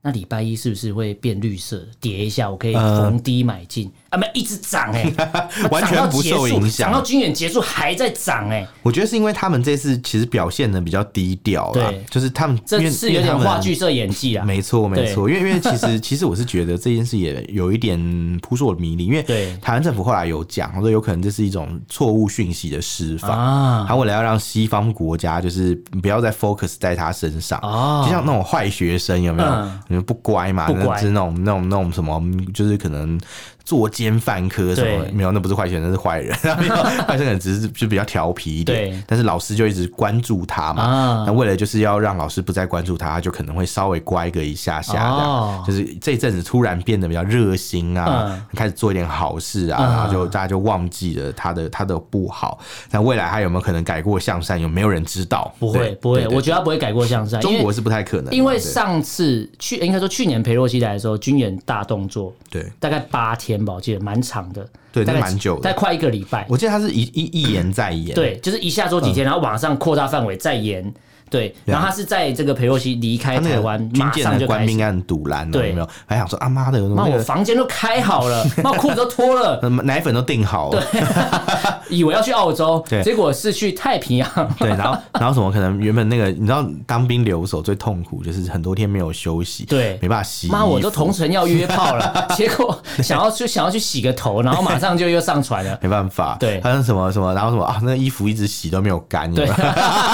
A: 那礼拜一是不是会变绿色，跌一下，我可以
B: 嗯
A: 逢低买进、啊？没有，一直涨哎、它
B: (laughs) 完全
A: 涨到
B: 不
A: 结束
B: 受影响
A: 涨到军演结束还在涨哎、
B: 我觉得是因为他们这次其实表现的比较低调啦
A: 对，
B: 就是他们因
A: 这
B: 为
A: 是有点话剧。社演技
B: 因为他
A: 啊
B: 们。没错，
A: 对
B: 没错，因为因为其
A: (laughs)
B: 实其实我是觉得这件事也有一点扑朔迷离，因为
A: 对
B: 台湾政府后来有讲说，有可能这是一种错误讯息的释放，
A: 啊，
B: 他为了要让西方国家就是不要再 focus 在他身上，
A: 哦
B: 就像那种坏学生有没有
A: 嗯？
B: 你们不乖嘛，
A: 不乖
B: 就是那种那种那种什么，就是可能作奸犯科什么的
A: 对，
B: 没有，那不是坏学生，那是坏人。 (laughs) 没有坏学生可能只是就比较调皮一
A: 对
B: 点，但是老师就一直关注他
A: 啊
B: 嘛。那为了就是要让老师不再关注他，他就可能会稍微乖个一下下，这
A: 哦
B: 样就是这一阵子突然变得比较热心啊
A: 嗯，
B: 开始做一点好事啊，
A: 嗯
B: 然后就大家就忘记了他的他的不好。那未来他有没有可能改过向善？有没有人知道？
A: 不
B: 对
A: 会不会，
B: 对对
A: 我觉得他不会改过向善。
B: 中
A: 因
B: 国
A: 为
B: 是不太可能的，啊
A: 因为
B: 对
A: 上次去应该说去年裴洛西来的时候，军演大动作，
B: 对
A: 大概八天吧，我记得蛮长的，
B: 对
A: 大概
B: 那蛮久的
A: 大概快一个礼拜。
B: 我记得嗯他是一一一言再言，
A: 对，就是一下做几天，然后马上扩大范围再延。对，然后他是在这个裴洛西离开
B: 他那
A: 台
B: 个
A: 湾，
B: 军
A: 马
B: 舰
A: 上
B: 的
A: 就
B: 官
A: 开始
B: 兵。啊案堵拦了，
A: 对
B: 有没有？还想说啊妈的，有什
A: 妈，
B: 么
A: 我房间都开好了，妈，我裤子都脱了，
B: (laughs) 那个奶粉都订好了，
A: 以为要去澳洲，
B: 对
A: 结果是去太平洋。
B: (laughs) 对，然后然后什么可能原本那个你知道当兵留守最痛苦就是很多天没有休息，
A: 对
B: 没办法洗衣服，
A: 妈，我都同城要约炮了，结果想要去想要去洗个头，然后马上就又上船了。
B: 没办法，
A: 对
B: 还有什么什么，然后什么啊，那衣服一直洗都没有干，有没有 (laughs)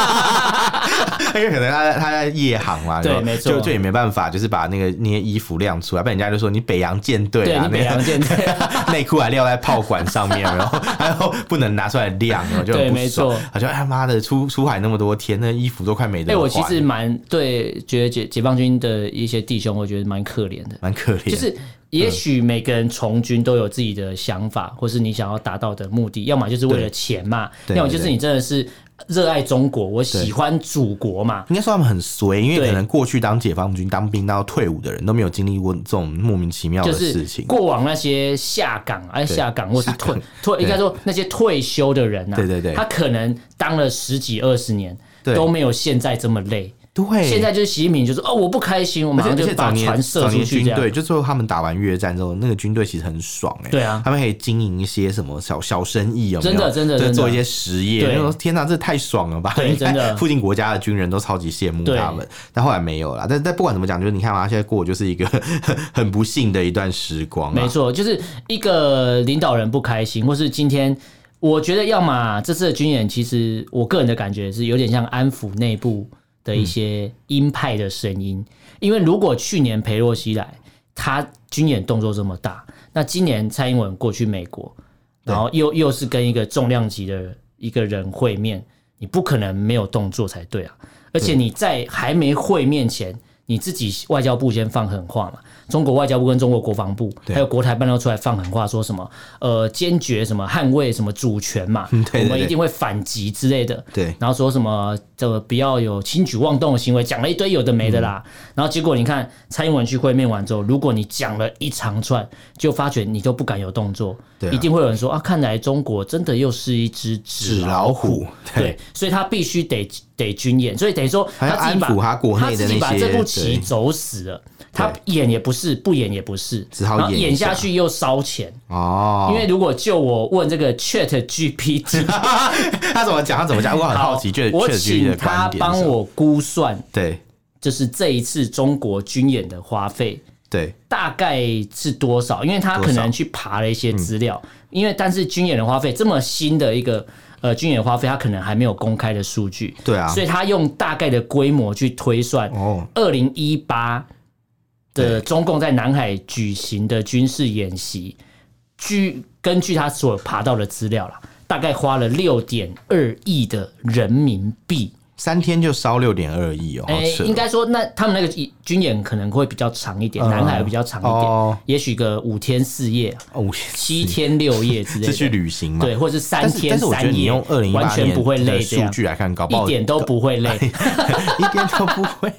B: 因为可能他在他在夜航嘛，
A: 对
B: 有有
A: 没错
B: 就就也没办法，就是把那个那些衣服晾出来，不然人家就说你北洋舰队
A: 对
B: 啊
A: 你，北洋舰队
B: (laughs) 内裤还晾在炮管上面，然后 (laughs) 然后不能拿出来晾，然后就很
A: 对
B: 不
A: 没
B: 爽
A: 错，
B: 他就哎妈的出出海那么多天，那衣服都快没
A: 哎、
B: 得换，
A: 我其实蛮对，觉得解解放军的一些弟兄，我觉得蛮可怜的。
B: 蛮可怜，
A: 就是也
B: 嗯
A: 许每个人从军都有自己的想法，或是你想要达到的目的，要么就是为了钱嘛，
B: 对
A: 要么就是
B: 对
A: 你真的是热爱中国，我喜欢祖国嘛。
B: 应该说他们很衰，因为
A: 对
B: 可能过去当解放军、当兵到退伍的人都没有经历过这种莫名其妙
A: 就
B: 的
A: 是
B: 事情。
A: 过往那些下岗，哎，
B: 对
A: 下岗或是退退，应该说那些退休的人呐、啊
B: 对对对
A: 他可能当了十几二十年，
B: 对
A: 都没有现在这么累，
B: 对，
A: 现在就是习近平就是哦，我不开心，我马上
B: 哎而
A: 就
B: 且早
A: 把
B: 年
A: 船
B: 早
A: 射出
B: 年
A: 去
B: 军
A: 这样。
B: 队，就最后他们打完越战之后，那个军队其实很爽哎、
A: 对啊
B: 他们可以经营一些什么小小生意，有没有？
A: 真的真的
B: 对
A: 真的
B: 做一些实业。
A: 对
B: 那时候天哪，这太爽了吧！
A: 对
B: (laughs) 应该
A: 真的
B: 附近国家的军人都超级羡慕他们
A: 对。
B: 但后来没有啦。但但不管怎么讲，就是你看嘛，他现在过就是一个 (laughs) 很不幸的一段时光、啊。
A: 没，错，就是一个领导人不开心，或是今天。我觉得，要么这次的军演，其实我个人的感觉是有点像安抚内部的一些鹰派的声音，因为如果去年裴洛西来，他军演动作这么大，那今年蔡英文过去美国，然后又又是跟一个重量级的一个人会面，你不可能没有动作才对啊！而且你在还没会面前，你自己外交部先放狠话嘛，中国外交部跟中国国防部还有国台办都出来放狠话，说什么呃坚决什么捍卫什么主权嘛，
B: 嗯对对对
A: 我们一定会反击之类的。
B: 对
A: 然后说什么这个不要有轻举妄动的行为，讲了一堆有的没的啦。然后结果你看蔡英文去会面完之后，如果你讲了一长串，就发觉你都不敢有动作，
B: 对啊
A: 一定会有人说啊，看来中国真的又是一只
B: 纸
A: 纸
B: 老
A: 老
B: 虎
A: 虎。，对，所以他必须得得军演，所以等于说
B: 还要
A: 自己把
B: 安抚他国内的
A: 自己把
B: 那些
A: 这步
B: 对
A: 棋走死了，他演也不是，不演也不是，
B: 只好
A: 然后
B: 演一
A: 演下
B: 下
A: 去又烧钱。
B: 哦，
A: 因为如果就我问这个 Chat GPT，
B: 他怎么讲？他怎么讲？我很好奇，确
A: 我
B: 确实
A: 请
B: 的
A: 他
B: 观点是
A: 帮
B: 什么
A: 我估算，
B: 对
A: 就是这一次中国军演的花费
B: 对
A: 大概是多少？因为他可
B: 多少
A: 能去爬了一些资
B: 嗯
A: 料，因为但是军演的花费这么新的一个呃军演花费，他可能还没有公开的数据，
B: 对啊
A: 所以他用大概的规模去推算
B: 哦，
A: 二零一八的
B: 对
A: 中共在南海举行的军事演习，据根据他所爬到的资料啦，大概花了六点二亿的人民币。
B: 三天就烧六点二亿哦，好
A: 哎、
B: 扯哦
A: 应该说，那他们那个军演可能会比较长一点，
B: 嗯
A: 南海会比较长一点，
B: 哦
A: 也许个五天四夜、
B: 哦我
A: 七天六夜之类
B: 是
A: 的，
B: 去旅行嘛？
A: 对，或者是三
B: 但是
A: 天
B: 但是我觉得
A: 三
B: 你
A: 夜，
B: 用二零一
A: 完
B: 八
A: 全
B: 年
A: 不会
B: 的
A: 累，这
B: 数
A: 样
B: 据来看，搞不好
A: 一点都不会累。
B: (laughs) 一点都不会。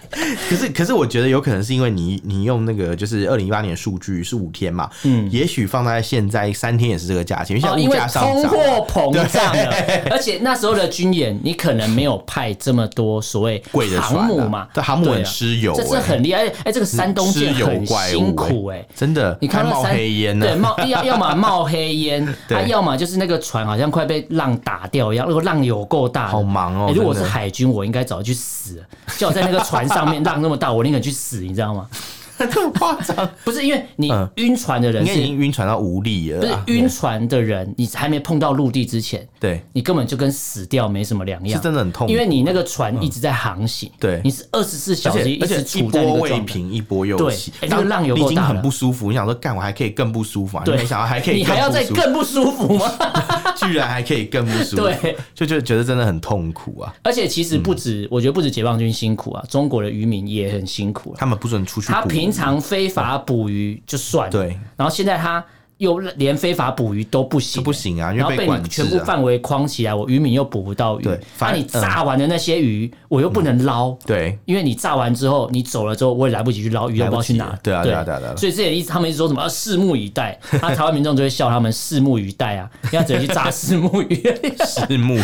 B: 可是可是我觉得有可能是因为你你用那个就是二零一八年数据是五天嘛，嗯，也许放在现在三天也是这个价钱，因为
A: 哦，
B: 现在
A: 因
B: 物
A: 为
B: 价上
A: 通
B: 涨。啊
A: 货膨胀了， (laughs) 而且那时候的军演，你可能没有派这么多所谓
B: 贵的船
A: 航
B: 啊
A: 母嘛，
B: 这航母很
A: 对啊
B: 吃油
A: 这是
B: 欸
A: 很厉害。哎哎，这个山东
B: 吃
A: 舰
B: 油
A: 很
B: 怪
A: 辛
B: 物
A: 苦
B: 欸
A: 哎，
B: 真的，
A: 你看
B: 还
A: 那
B: 冒
A: 山
B: 黑烟呢，
A: 对，冒要要么冒黑烟，
B: (laughs) 对
A: 它、要么就是那个船好像快被浪打掉一样，那个浪有够大的，
B: 好忙哦
A: 欸如果我是
B: 真的
A: 海军，我应该早就去死了，叫我在那个船上面浪那么大，我宁可去死，你知道
B: (laughs)
A: 吗？
B: (laughs) 这么夸 (laughs) 张，
A: 不是因为你
B: 嗯
A: 晕船的人
B: 应该
A: 是，
B: 已经晕船到无力
A: 不
B: 了
A: 是
B: 啦。
A: 晕船的人，你还没碰到陆地之前，
B: 啊对，
A: 你根本就跟死掉没什么两样，
B: 是真的很痛苦
A: 因为你那个船一直在航行，
B: 对
A: 你是二十四
B: 而
A: 小时
B: 且
A: 一
B: 而
A: 直
B: 且一
A: 处在
B: 波
A: 那个
B: 未
A: 状态。
B: 平一波又
A: 对
B: 起，
A: 哎那
B: 当
A: 个浪有
B: 你
A: 够
B: 已经
A: 大
B: 很
A: 了
B: 不舒服，你想说干我还可以更不舒服啊？你
A: 对，
B: 没想到还可以，
A: 你还要再更不舒服吗？
B: (laughs) 居然还可以更不舒服，
A: 对，
B: 就就觉得真的很痛苦啊！
A: 而且其实不止，我觉得不止解放军辛苦啊，中国的渔民也很辛苦啊。
B: 他们不准出去捕鱼，
A: 他平常非法捕鱼就算了，
B: 对，
A: 然后现在他又连非法捕鱼都不行
B: 就
A: 欸，
B: 不行啊，因
A: 然后
B: 为
A: 被
B: 管
A: 你
B: 制
A: 全部
B: 啊。
A: 范围框起来，我渔民又捕不到鱼
B: 对，
A: 那
B: 反嗯
A: 你炸完的那些鱼，我又不能捞，
B: 对，
A: 因为你炸完之后，你走了之后，我也来不及去捞鱼，都
B: 来
A: 不知
B: 不
A: 道去
B: 及
A: 哪
B: 了。对啊对啊对啊对啊
A: 所以这也一直他们一直说什么、啊、拭目以
B: (laughs)
A: 待，那台湾民众就会笑他们拭目以待啊，因为他只能去炸虱目
B: (laughs)
A: 鱼，
B: 石
A: (laughs)
B: 目，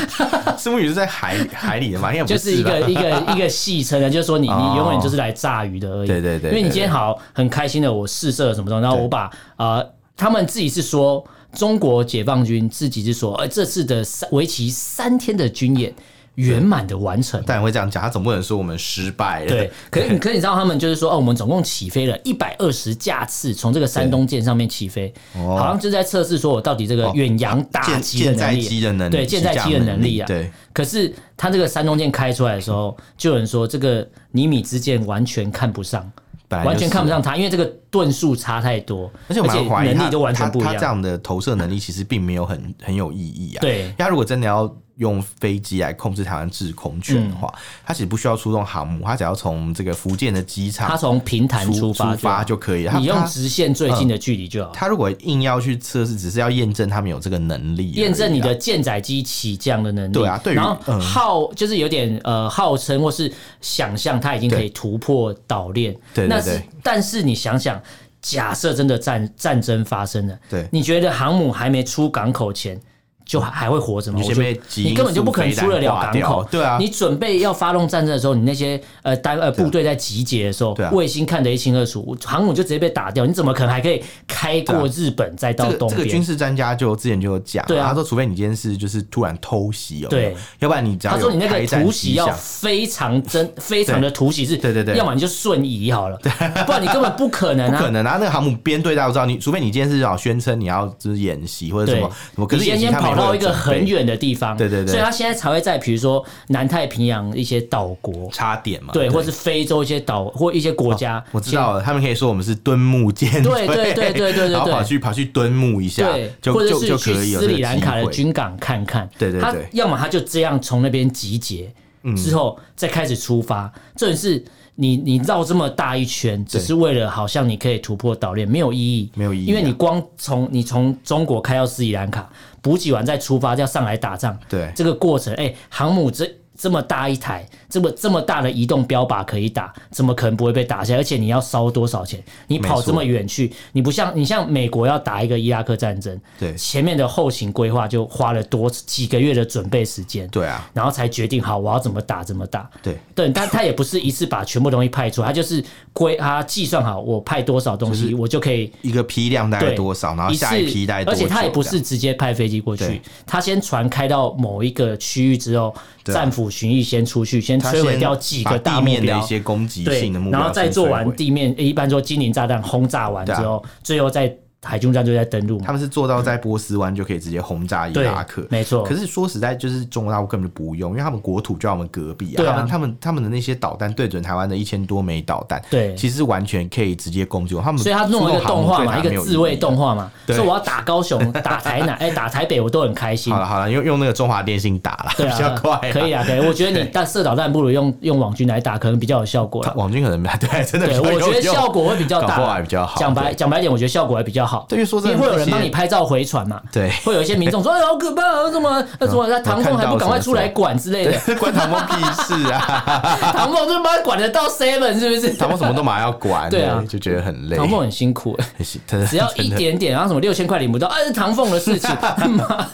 B: 石目鱼是在海海里的嘛，应该不
A: 就是一
B: 吧
A: 个一个一个戏称啊，就是说你
B: 哦
A: 你永远就是来炸鱼的而已。
B: 对对对
A: 因为你
B: 对
A: 今天好很开心的，我试射了什么东西，然后我把呃他们自己是说中国解放军自己是说，呃这次的三为期三天的军演圆满的完成。
B: 但会这样讲，他总不能说我们失败了。
A: 对，可
B: (laughs)
A: 是你可是你知道他们就是说，哦，我们总共起飞了一百二十架次，从这个山东舰上面起飞，好像就在测试说我到底这个
B: 哦
A: 远洋打
B: 舰
A: 击的
B: 舰
A: 能
B: 载
A: 力，啊
B: 机的能力，
A: 对舰载机的能力啊。
B: 对，
A: 可是他这个山东舰开出来的时候，就有人说这个尼米之舰完全看不上，
B: 本来
A: 完全
B: 就是
A: 看不上它，因为这个吨数差太多，
B: 而且我蛮怀疑
A: 能
B: 他
A: 力都完
B: 他
A: 全不一
B: 他这
A: 样。
B: 样的投射能力其实并没有很很有意义啊。
A: 对
B: 因为他如果真的要用飞机来控制台湾制空权的话，
A: 嗯
B: 他其实不需要出动航母，他只要从这个福建的机
A: 它
B: 场
A: 从平潭出
B: 出
A: 发就好，
B: 就可以了。他
A: 你用
B: 他
A: 直线最近的距离就好。
B: 他如果硬要去测试，只是要验证他们有这个能力而已啊，
A: 验证你的舰载机起降的能力，
B: 对啊对于
A: 然后
B: 嗯
A: 号就是有点呃号称或是想象它已经可以
B: 对
A: 突破岛链，
B: 对对
A: 那是
B: 对
A: 但是你想想，假设真的战战争发生了，
B: 对
A: 你觉得航母还没出港口前，就还还会活着吗？
B: 你
A: 我
B: 先
A: 就
B: 被基因
A: 你根本就不可能
B: 素
A: 出得
B: 飞
A: 了
B: 弹化
A: 港
B: 掉
A: 口，
B: 对啊
A: 你准备要发动战争的时候，你那些呃单呃部队在集结的时候
B: 对啊，
A: 卫星看得一清二楚，航母就直接被打掉，你怎么可能还可以开
B: 对
A: 过
B: 啊
A: 日本再到
B: 这个
A: 东
B: 这个军
A: 边？
B: 事专家就之前就有讲，
A: 对啊
B: 他说除非你今天是就是突然偷袭，有没有
A: 对
B: 要不然你只要
A: 他说
B: 有
A: 你那
B: 开
A: 个
B: 战
A: 突袭
B: 迹
A: 要
B: 象
A: 非常
B: (laughs)
A: 真，非常的突袭是，
B: 对对对
A: 要么你就瞬移好了，不然你根本不可能
B: (laughs) 不可
A: 啊。
B: 能啊！那个航母编队大家都知道，你除非你今天是要宣称你要就是演习或者什
A: 对
B: 么什么，，可
A: 你
B: 是
A: 先
B: 演习
A: 先
B: 他
A: 跑
B: 们也会
A: 到
B: 有
A: 一个
B: 准
A: 很
B: 备
A: 远的地方，
B: 对对对
A: 所以他现在才会在比如说南太平洋一些岛国，
B: 差点嘛，
A: 对，或是非洲一些岛或一些国家，
B: 我知道了，他们可以说我们是敦睦舰队，
A: 对对对对对对
B: 然后
A: 对
B: 跑去跑去敦睦一下
A: 对，，
B: 就
A: 或者
B: 就是就可
A: 去
B: 以有
A: 斯
B: 这个
A: 里兰卡的
B: 机会。
A: 军港看看。
B: 对对
A: 他
B: 对嗯
A: 要么他就这样从那边集结，之后再开始出发。重点是你你绕这么大一圈，只是为了好像你可以突破岛链，没有意义，
B: 没有意义啊
A: 因为你光从你从中国开到斯里兰卡，补给完再出发，要上来打仗。
B: 对
A: 这个过程，哎、航母这。这么大一台，这么这么大的移动标靶可以打，怎么可能不会被打下来？而且你要烧多少钱？你
B: 没
A: 跑
B: 错
A: 这么远去，你不像你像美国要打一个伊拉克战争，
B: 对
A: 前面的后勤规划就花了多几个月的准备时间，
B: 对啊，
A: 然后才决定好我要怎么打怎么打。
B: 对，
A: 对，但他也不是一次把全部东西派出，他就是规他计算好我派多少东西，
B: 就是
A: 我就可以。
B: 一个批量大概
A: 对
B: 多少，然后
A: 一
B: 下一
A: 次
B: 批大概多
A: 而
B: 久，
A: 且他也不
B: 这
A: 是
B: 样
A: 直接派飞机过去
B: 对，
A: 他先船开到某一个区域之后，
B: 对啊
A: 战斧巡弋先出去，先
B: 他
A: 摧毁
B: 先
A: 掉几
B: 把
A: 个大
B: 地
A: 目
B: 面的
A: 标
B: 一些攻击
A: 对
B: 性的目，标，
A: 然后再做完。地面，一般说精灵炸弹轰炸完之
B: 对啊
A: 后，最后再海军战队再登陆嘛
B: 他。们是做到在波斯湾就可以直接轰炸伊
A: 对
B: 拉克，
A: 没错
B: 可是说实在，就是中国大陆根本就不用，因为他们国土就在我们隔壁啊，
A: 对啊
B: 他们他们他们的那些导弹对准台湾的一千多枚导弹，
A: 对
B: 其实完全可以直接攻击我们。他们
A: 所以他弄了一个
B: 出航
A: 动
B: 母
A: 画
B: 对
A: 嘛，
B: 台
A: 一
B: 没
A: 个
B: 有
A: 自
B: 意
A: 卫
B: 义啊
A: 动画嘛，
B: 对
A: 所以我要打高雄、打台南、哎、打台北，我都很开心
B: 好。了好了，用用那个中华电信打了，
A: 对
B: 比较
A: 啊，
B: 快啊，
A: 可以
B: 啊。
A: 啊，可以。我觉得你但射导弹不如用用网军来打，可能比较有效果啦。
B: 网军可能对真的比
A: 啊对，
B: 较
A: 我
B: 有
A: 觉得
B: 用
A: 效果会比较
B: 搞不好
A: 大，
B: 还比较好
A: 讲白
B: 对
A: 讲白点，我觉得效果还比较好。
B: 对因为说真的
A: 因为会有人
B: 那些
A: 帮你拍照回传嘛。
B: 对嗯
A: 会有一些民
B: (laughs)
A: 众说：“哎，好可怕啊，怎么呃怎么那唐凤还不赶快出来管之类的？
B: 对， (laughs) 关唐梦屁事啊！
A: 唐凤这妈管得到 seven 是不
B: (laughs)
A: 是？
B: 唐梦什么都马上要管，
A: 对啊
B: 就觉得很累。
A: 唐凤很辛苦、欸
B: 很辛真的
A: 只要一
B: (laughs) 真的
A: 点点，然后什么六千块领不到，啊，是唐凤的事
B: (laughs)
A: 情，妈，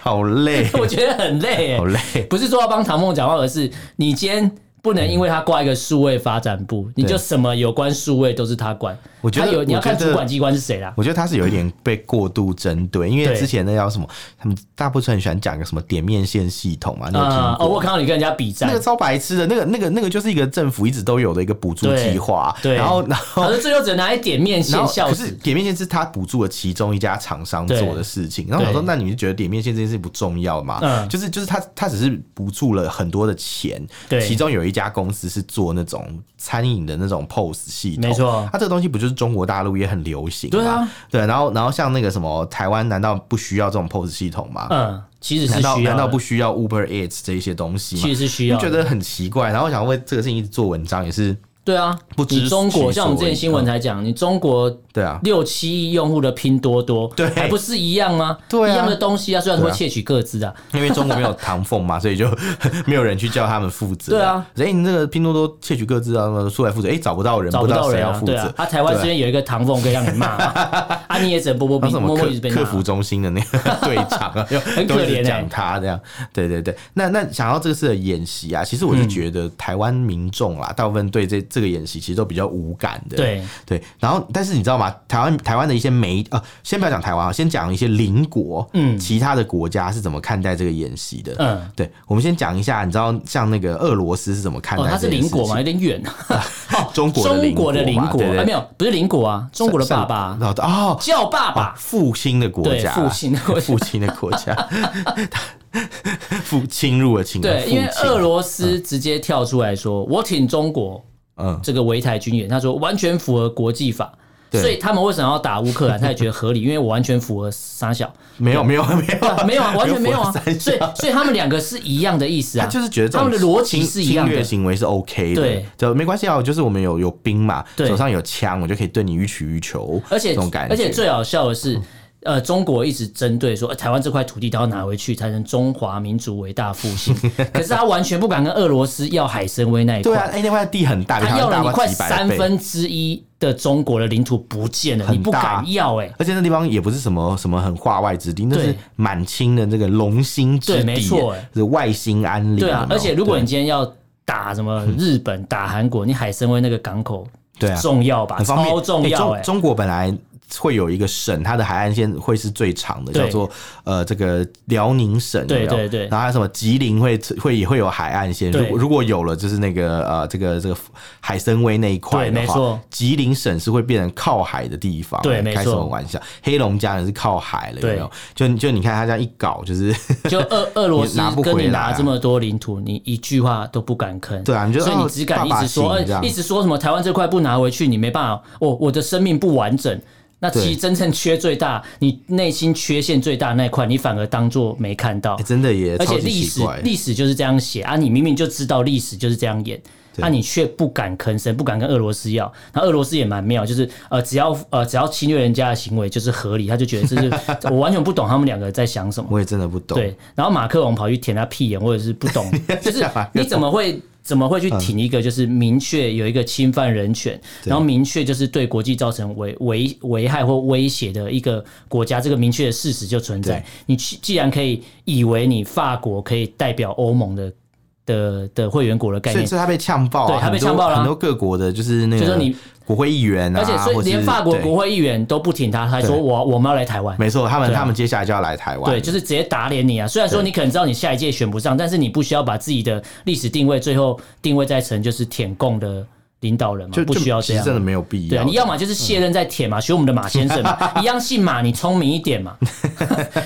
B: 好累，
A: (laughs) 我觉得很累、哎
B: 好累。
A: (laughs) 不是说要帮唐凤讲话，而是你今天不能因为他挂一个数位发展部，你就什么有关数位都是他管。
B: 我觉得
A: 他有你要看
B: 我觉得
A: 主管机关是谁啦。
B: 我觉得他是有一点被过度针对，因为
A: 对
B: 之前那叫什么，他们大部分很喜欢讲一个什么点面线系统嘛，你有听
A: 啊、哦，
B: 过
A: 我
B: 吗？
A: 看到你跟人家比
B: 那
A: 战
B: 个，超白痴的，那个、那个、那个，就是一个政府一直都有的一个补助
A: 对
B: 计划。
A: 对
B: 然后，然后
A: 好像最后只能拿来点面
B: 然
A: 线
B: 后
A: 笑
B: 可是
A: 死。
B: 点面线是他补助了其中一家厂商
A: 对
B: 做的事情，然后我
A: 对
B: 说那你就觉得点面线这件事不重要嘛？
A: 嗯
B: 就是就是他他只是补助了很多的钱，
A: 对
B: 其中有一家公司是做那种餐饮的那种 POS 系统，啊
A: 没错
B: 它、这个东西不就是中国大陆也很流行嘛？
A: 对啊，
B: 对，然后然后像那个什么台湾难道不需要这种 POS 系统吗？
A: 嗯，其实是
B: 难
A: 需要
B: 道
A: 的
B: 难道不需要 Uber Eats 这一些东西吗
A: 其？实是需
B: 就
A: 要的
B: 觉得很奇怪，然后我想为这个事情一直做文章也是
A: 对啊，
B: 不知
A: 你中国
B: 其
A: 像我们
B: 所
A: 之前
B: 以
A: 新闻才讲，你中国
B: 对啊，
A: 六七亿用户的拼多多，
B: 对
A: 还不是一样吗？
B: 对啊
A: 一样的东西啊，虽然
B: 对
A: 会
B: 啊
A: 窃取各自啊，
B: 因为中国没有唐凤嘛，所 (laughs) 以就没有人去叫他们负责。
A: 对啊，
B: 哎、你这个拼多多窃取各自啊，出来负责，哎、找不到人，
A: 找不
B: 知
A: 到
B: 道谁
A: 人
B: 要
A: 啊
B: 负，
A: 对
B: 责。
A: 啊，啊，台湾这边有一个唐凤可以让你骂 (laughs) 啊，啊，你也只能波波
B: 那 (laughs)
A: 比，
B: 什
A: 默
B: 么
A: 默一直
B: 客
A: 被
B: 客
A: 骂。
B: 服中心的那个队长
A: (laughs)
B: 啊，就
A: 很可
B: 都一直
A: 怜欸
B: 讲他这样，对对对。那那想到这次的演习啊，其实我
A: 嗯
B: 是觉得台湾民众啦，大部分对这这个演习其实都比较无感的。
A: 对
B: 对。然后，但是你知道吗？台湾台湾的一些媒呃，先不要讲台湾啊，先讲一些邻国，嗯，其他的国家是怎么看待这个演习的？
A: 嗯，
B: 对，我们先讲一下，你知道像那个俄罗斯是怎么看待
A: 哦，它
B: 这
A: 是
B: 件事
A: 邻
B: 情？
A: 国嘛，有点远。哦，
B: (laughs) 中国
A: (laughs)
B: 的
A: 中
B: 邻
A: 国的邻
B: 嘛
A: 国
B: 对对
A: 啊，没有，不是邻国啊，中国的爸爸
B: 然后哦，
A: 叫爸
B: 啊
A: 爸，
B: 父亲的国家，
A: 对父亲的国家
B: 父亲的国家， (laughs) 父侵入了侵的
A: 对，
B: 父
A: 因为
B: 亲
A: 俄罗斯直接跳出来说，我挺中国
B: 嗯，
A: 这个围台军演，他说完全符合国际法。
B: 对
A: 所以他们为什么要打乌克兰？他也觉得合理，因为我完全符合沙小，
B: 没有没有没有
A: 没有
B: (laughs)
A: 啊，完全没有啊
B: 符合三。
A: 所以
B: 项
A: 所以他们两个是一样的意思啊。
B: 他就是觉得这
A: 他
B: 种
A: 们的逻辑
B: 侵
A: 是一样
B: 侵略
A: 的，
B: 行为是 OK 的，
A: 对，
B: 就没关系啊，就是我们有有兵嘛，
A: 对
B: 手上有枪，我就可以对你予取予求，
A: 而且
B: 这种感觉，
A: 而
B: 嗯
A: 且最好笑的是，呃，中国一直针对说、呃台湾这块土地都要拿回去，才能中华民族伟大复
B: (laughs)
A: 兴。可是他完全不敢跟俄罗斯要海参崴那一
B: 对
A: 块，
B: 啊，哎、那块地很大，比
A: 他
B: 台
A: 要
B: 湾
A: 了你
B: 大不知道
A: 快
B: 几百
A: 三
B: 倍。
A: 分之一的中国的领土不见了，
B: 很
A: 你不
B: 大
A: 敢要哎、
B: 而且那地方也不是什么什么很化外之地，那是
A: 对
B: 满清的那个龙兴之
A: 对
B: 地，
A: 没错哎
B: 是外兴安岭。
A: 对啊
B: 有，没有
A: 而且如果你
B: 哦对
A: 今天要打什么日本、打韩国，你海参崴那个港口
B: 对啊
A: 重要吧，
B: 很方便，
A: 超重要
B: 中
A: 哎、
B: 中国本来会有一个省，它的海岸线会是最长的，
A: 对
B: 叫做呃这个辽宁省，有没有
A: 对对对
B: 然后还有什么吉林会会也会有海岸线，
A: 对
B: 如果如果有了，就是那个呃这个这个海参崴那一块
A: 对
B: 的
A: 没
B: 话
A: 错，
B: 吉林省是会变成靠海的地方，哎
A: 对没错
B: 开什么玩笑，黑龙江也是靠海了，有没有？就就你看他这样一搞，就是
A: 就俄俄罗斯
B: 你拿不
A: 跟
B: 回
A: 你
B: 来啊
A: 拿这么多领土，你一句话都不敢吭。
B: 对啊你就
A: 所以
B: 哦
A: 你只敢一
B: 爸爸
A: 直说，
B: 请
A: 呃
B: 这样
A: 一直说什么台湾这块不拿回去，你没办法，哦我我的生命不完整。那
B: 对
A: 其实真正缺最大，你内心缺陷最大那一块，你反而当做没看到
B: 哎。真的也
A: 而
B: 超
A: 且
B: 级
A: 历
B: 奇
A: 史
B: 怪，
A: 历史就是这样写啊，你明明就知道历史就是这样演，那、你却不敢吭声，不敢跟俄罗斯要。那俄罗斯也蛮妙，就是呃，只要呃只要侵略人家的行为就是合理，他就觉得这是 (laughs) 我完全不懂他们两个在想什么。
B: 我也真的不懂。
A: 对，然后马克龙跑去舔他屁眼，或者是不
B: (laughs)
A: 懂，就是你怎么会怎么会
B: 嗯
A: 去挺一个就是明确有一个侵犯人权，然后明确就是对国际造成危危危害或威胁的一个国家，这个明确的事实就存在
B: 对。
A: 你既既然可以以为你法国可以代表欧盟的的的会员国的概
B: 所以，
A: 念。
B: 所以他被呛爆、啊，
A: 对他被
B: 很多
A: 呛爆了啊
B: 很多各国的，就是那
A: 就说
B: 个
A: 你
B: 国会议员啊，
A: 而且，所以
B: 或
A: 连
B: 是
A: 法国
B: 对
A: 国会议员都不挺他，他还说
B: 对
A: 我我们要来台湾。
B: 没错，他们、
A: 对啊
B: 他们接下来就要来台湾，
A: 对，就是直接打脸你啊！虽然说你可能知道你下一届选不上，但是你不需要把自己的历史定位最后定位在成就是舔共的领导人嘛
B: 就，
A: 不需要
B: 就其
A: 这
B: 实
A: 样。
B: 真的没有必要。
A: 对啊，你要么就是卸任再舔嘛，学我们的马先生
B: (laughs)
A: 嘛，一样姓马，你聪明一点嘛。 (laughs)